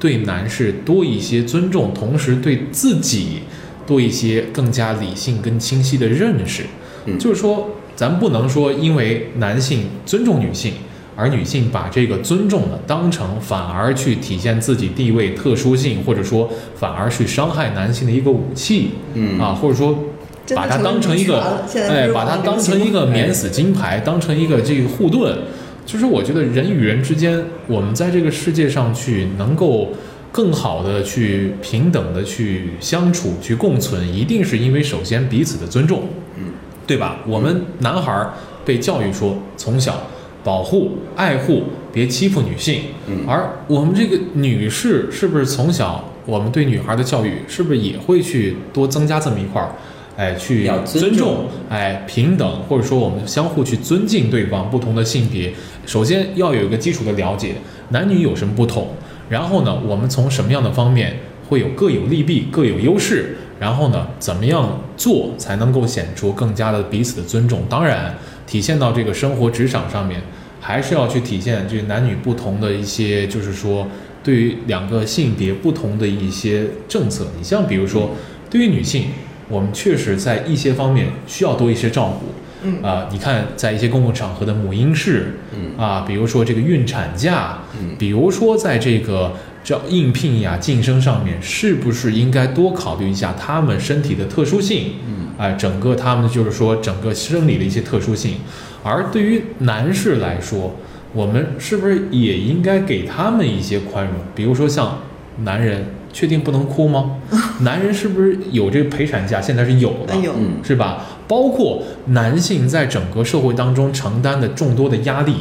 Speaker 1: 对男士多一些尊重，同时对自己多一些更加理性跟清晰的认识。
Speaker 3: 嗯
Speaker 1: 就是说，咱不能说因为男性尊重女性，而女性把这个尊重呢当成反而去体现自己地位特殊性，或者说反而去伤害男性的一个武器。
Speaker 3: 嗯
Speaker 1: 啊，或者说
Speaker 2: 真的
Speaker 1: 把它
Speaker 2: 成了
Speaker 1: 当成一
Speaker 2: 女权
Speaker 1: 个
Speaker 2: 了现在，不
Speaker 1: 哎，
Speaker 2: 是
Speaker 1: 把它
Speaker 2: 网
Speaker 1: 当
Speaker 2: 民
Speaker 1: 成
Speaker 2: 情
Speaker 1: 一个
Speaker 3: 哎
Speaker 1: 免死金牌，当成一个这个护盾。就是我觉得人与人之间，我们在这个世界上去能够更好的去平等的去相处、去共存，一定是因为首先彼此的尊重，
Speaker 3: 嗯，
Speaker 1: 对吧？我们男孩儿被教育说从小保护、爱护，别欺负女性，
Speaker 3: 嗯
Speaker 1: 而我们这个女士是不是从小我们对女孩的教育是不是也会去多增加这么一块儿？哎，去
Speaker 3: 要尊
Speaker 1: 尊
Speaker 3: 重
Speaker 1: 哎，平等，或者说我们相互去尊敬对方不同的性别，首先要有一个基础的了解，男女有什么不同，然后呢，我们从什么样的方面会有各有利弊，各有优势，然后呢，怎么样做才能够显出更加的彼此的尊重？当然，体现到这个生活职场上面，还是要去体现这男女不同的一些，就是说对于两个性别不同的一些政策。你像比如说，对于女性，我们确实在一些方面需要多一些照顾。
Speaker 2: 嗯
Speaker 1: 啊、你看，在一些公共场合的母婴室，
Speaker 3: 嗯
Speaker 1: 啊，比如说这个孕产假，
Speaker 3: 嗯
Speaker 1: 比如说在这个叫应聘呀、晋升上面，是不是应该多考虑一下他们身体的特殊性？
Speaker 3: 嗯，
Speaker 1: 哎、整个他们就是说整个生理的一些特殊性。而对于男士来说，我们是不是也应该给他们一些宽容？比如说像男人，确定不能哭吗？ 男人是不是有这个陪产假？现在是有的，
Speaker 2: 哎呦，
Speaker 3: 嗯
Speaker 1: 是吧？包括男性在整个社会当中承担的众多的压力，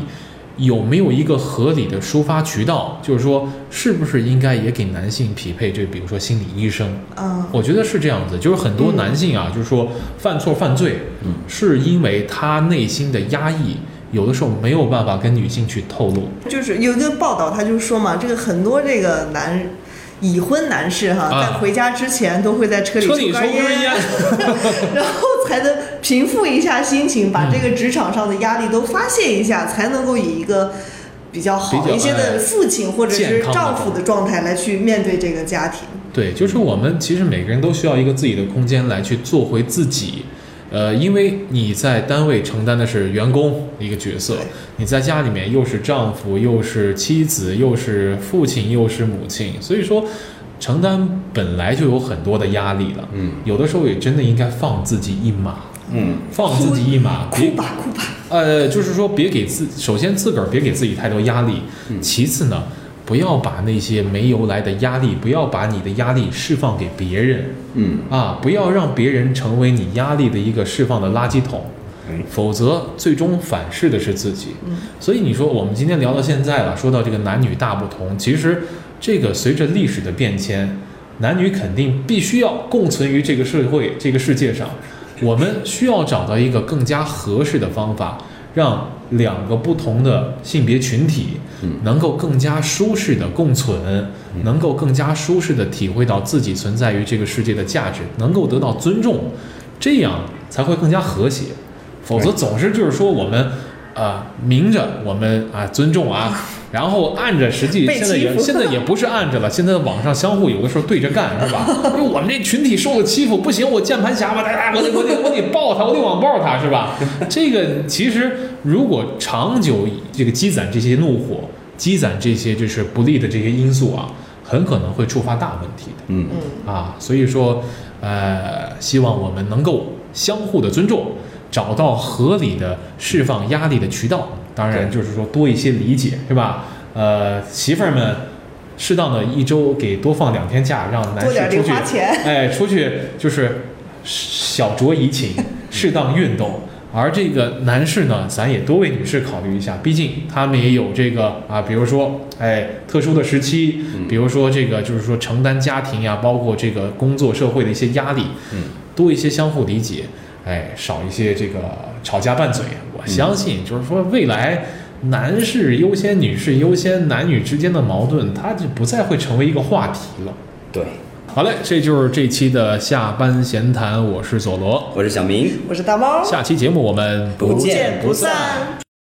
Speaker 1: 有没有一个合理的抒发渠道？就是说，是不是应该也给男性匹配这，比如说心理医生？
Speaker 2: 啊，
Speaker 1: 我觉得是这样子，就是很多男性啊，就是说犯错犯罪，
Speaker 3: 嗯
Speaker 1: 是因为他内心的压抑，有的时候没有办法跟女性去透露。
Speaker 2: 就是有一个报道，他就说嘛，这个很多这个男已婚男士哈，
Speaker 1: 啊
Speaker 2: 在回家之前都会在车里
Speaker 1: 车里
Speaker 2: 抽根
Speaker 1: 抽根烟
Speaker 2: 然后才能平复一下心情，把
Speaker 1: 嗯
Speaker 2: 这个职场上的压力都发泄一下，才能够以一个。比较
Speaker 1: 比
Speaker 2: 好
Speaker 1: 较
Speaker 2: 一些
Speaker 1: 哎
Speaker 2: 的父亲或者
Speaker 1: 健
Speaker 2: 是
Speaker 1: 康的
Speaker 2: 丈夫的状态来去面对这个家庭，
Speaker 1: 对，就是我们其实每个人都需要一个自己的空间来去做回自己。呃，因为你在单位承担的是员工一个角色
Speaker 2: 对，
Speaker 1: 你在家里面又是丈夫，又是妻子，又是父亲，又是母亲，所以说承担本来就有很多的压力了。
Speaker 3: 嗯，
Speaker 1: 有的时候也真的应该放自己一马，
Speaker 3: 嗯
Speaker 1: 放自己一马，
Speaker 2: 哭
Speaker 1: 别
Speaker 2: 吧哭吧，
Speaker 1: 呃，就是说别给自，首先自个儿别给自己太多压力，
Speaker 3: 嗯
Speaker 1: 其次呢，不要把那些没由来的压力，不要把你的压力释放给别人
Speaker 3: 嗯，
Speaker 1: 啊，不要让别人成为你压力的一个释放的垃圾桶。
Speaker 3: 哎
Speaker 1: 否则最终反噬的是自己。所以你说我们今天聊到现在了，说到这个男女大不同，其实这个随着历史的变迁，男女肯定必须要共存于这个社会、这个世界上。我们需要找到一个更加合适的方法，让两个不同的性别群体
Speaker 3: 嗯
Speaker 1: 能够更加舒适的共存，能够更加舒适的体会到自己存在于这个世界的价值，能够得到尊重，这样才会更加和谐。否则总是就是说我们啊、明着我们啊、尊重啊， 然后暗着实际
Speaker 2: 被
Speaker 1: 现在也
Speaker 2: 欺负
Speaker 1: 现在也不是暗着了，现在网上相互有的时候对着 干是吧？因为我们这群体受了欺负，不行，我键盘侠吧，大家我得我得我得抱他，我得网暴他是 吧？这个其实如果长久以这个积攒这些怒火，积攒这些就是不利的这些因素啊，很可能会触发大问题的。
Speaker 3: 嗯
Speaker 2: 嗯，
Speaker 1: 啊，所以说，呃，希望我们能够相互的尊重，找到合理的释放压力的渠道。当然，
Speaker 3: 对
Speaker 1: 就是说多一些理解，是吧？呃，媳妇儿们，适当的一周给多放两天假，让男
Speaker 2: 多点
Speaker 1: 士出
Speaker 2: 零
Speaker 1: 去，
Speaker 2: 花钱，
Speaker 1: 哎，出去就是小酌怡情，适当运动。而这个男士呢，咱也多为女士考虑一下，毕竟他们也有这个啊，比如说，哎，特殊的时期，比如说这个就是说承担家庭呀、包括这个工作社会的一些压力，
Speaker 3: 嗯，
Speaker 1: 多一些相互理解，哎，少一些这个吵架拌嘴。我相信，就是说未来男士优先、女士优先，男女之间的矛盾，它就不再会成为一个话题了。
Speaker 3: 对，
Speaker 1: 好嘞，这就是这期的下班闲谈，我是佐罗。
Speaker 3: 我是小明，
Speaker 2: 我是大猫，
Speaker 1: 下期节目我们
Speaker 2: 不
Speaker 3: 不见
Speaker 2: 见
Speaker 3: 不
Speaker 2: 不
Speaker 3: 散
Speaker 2: 散。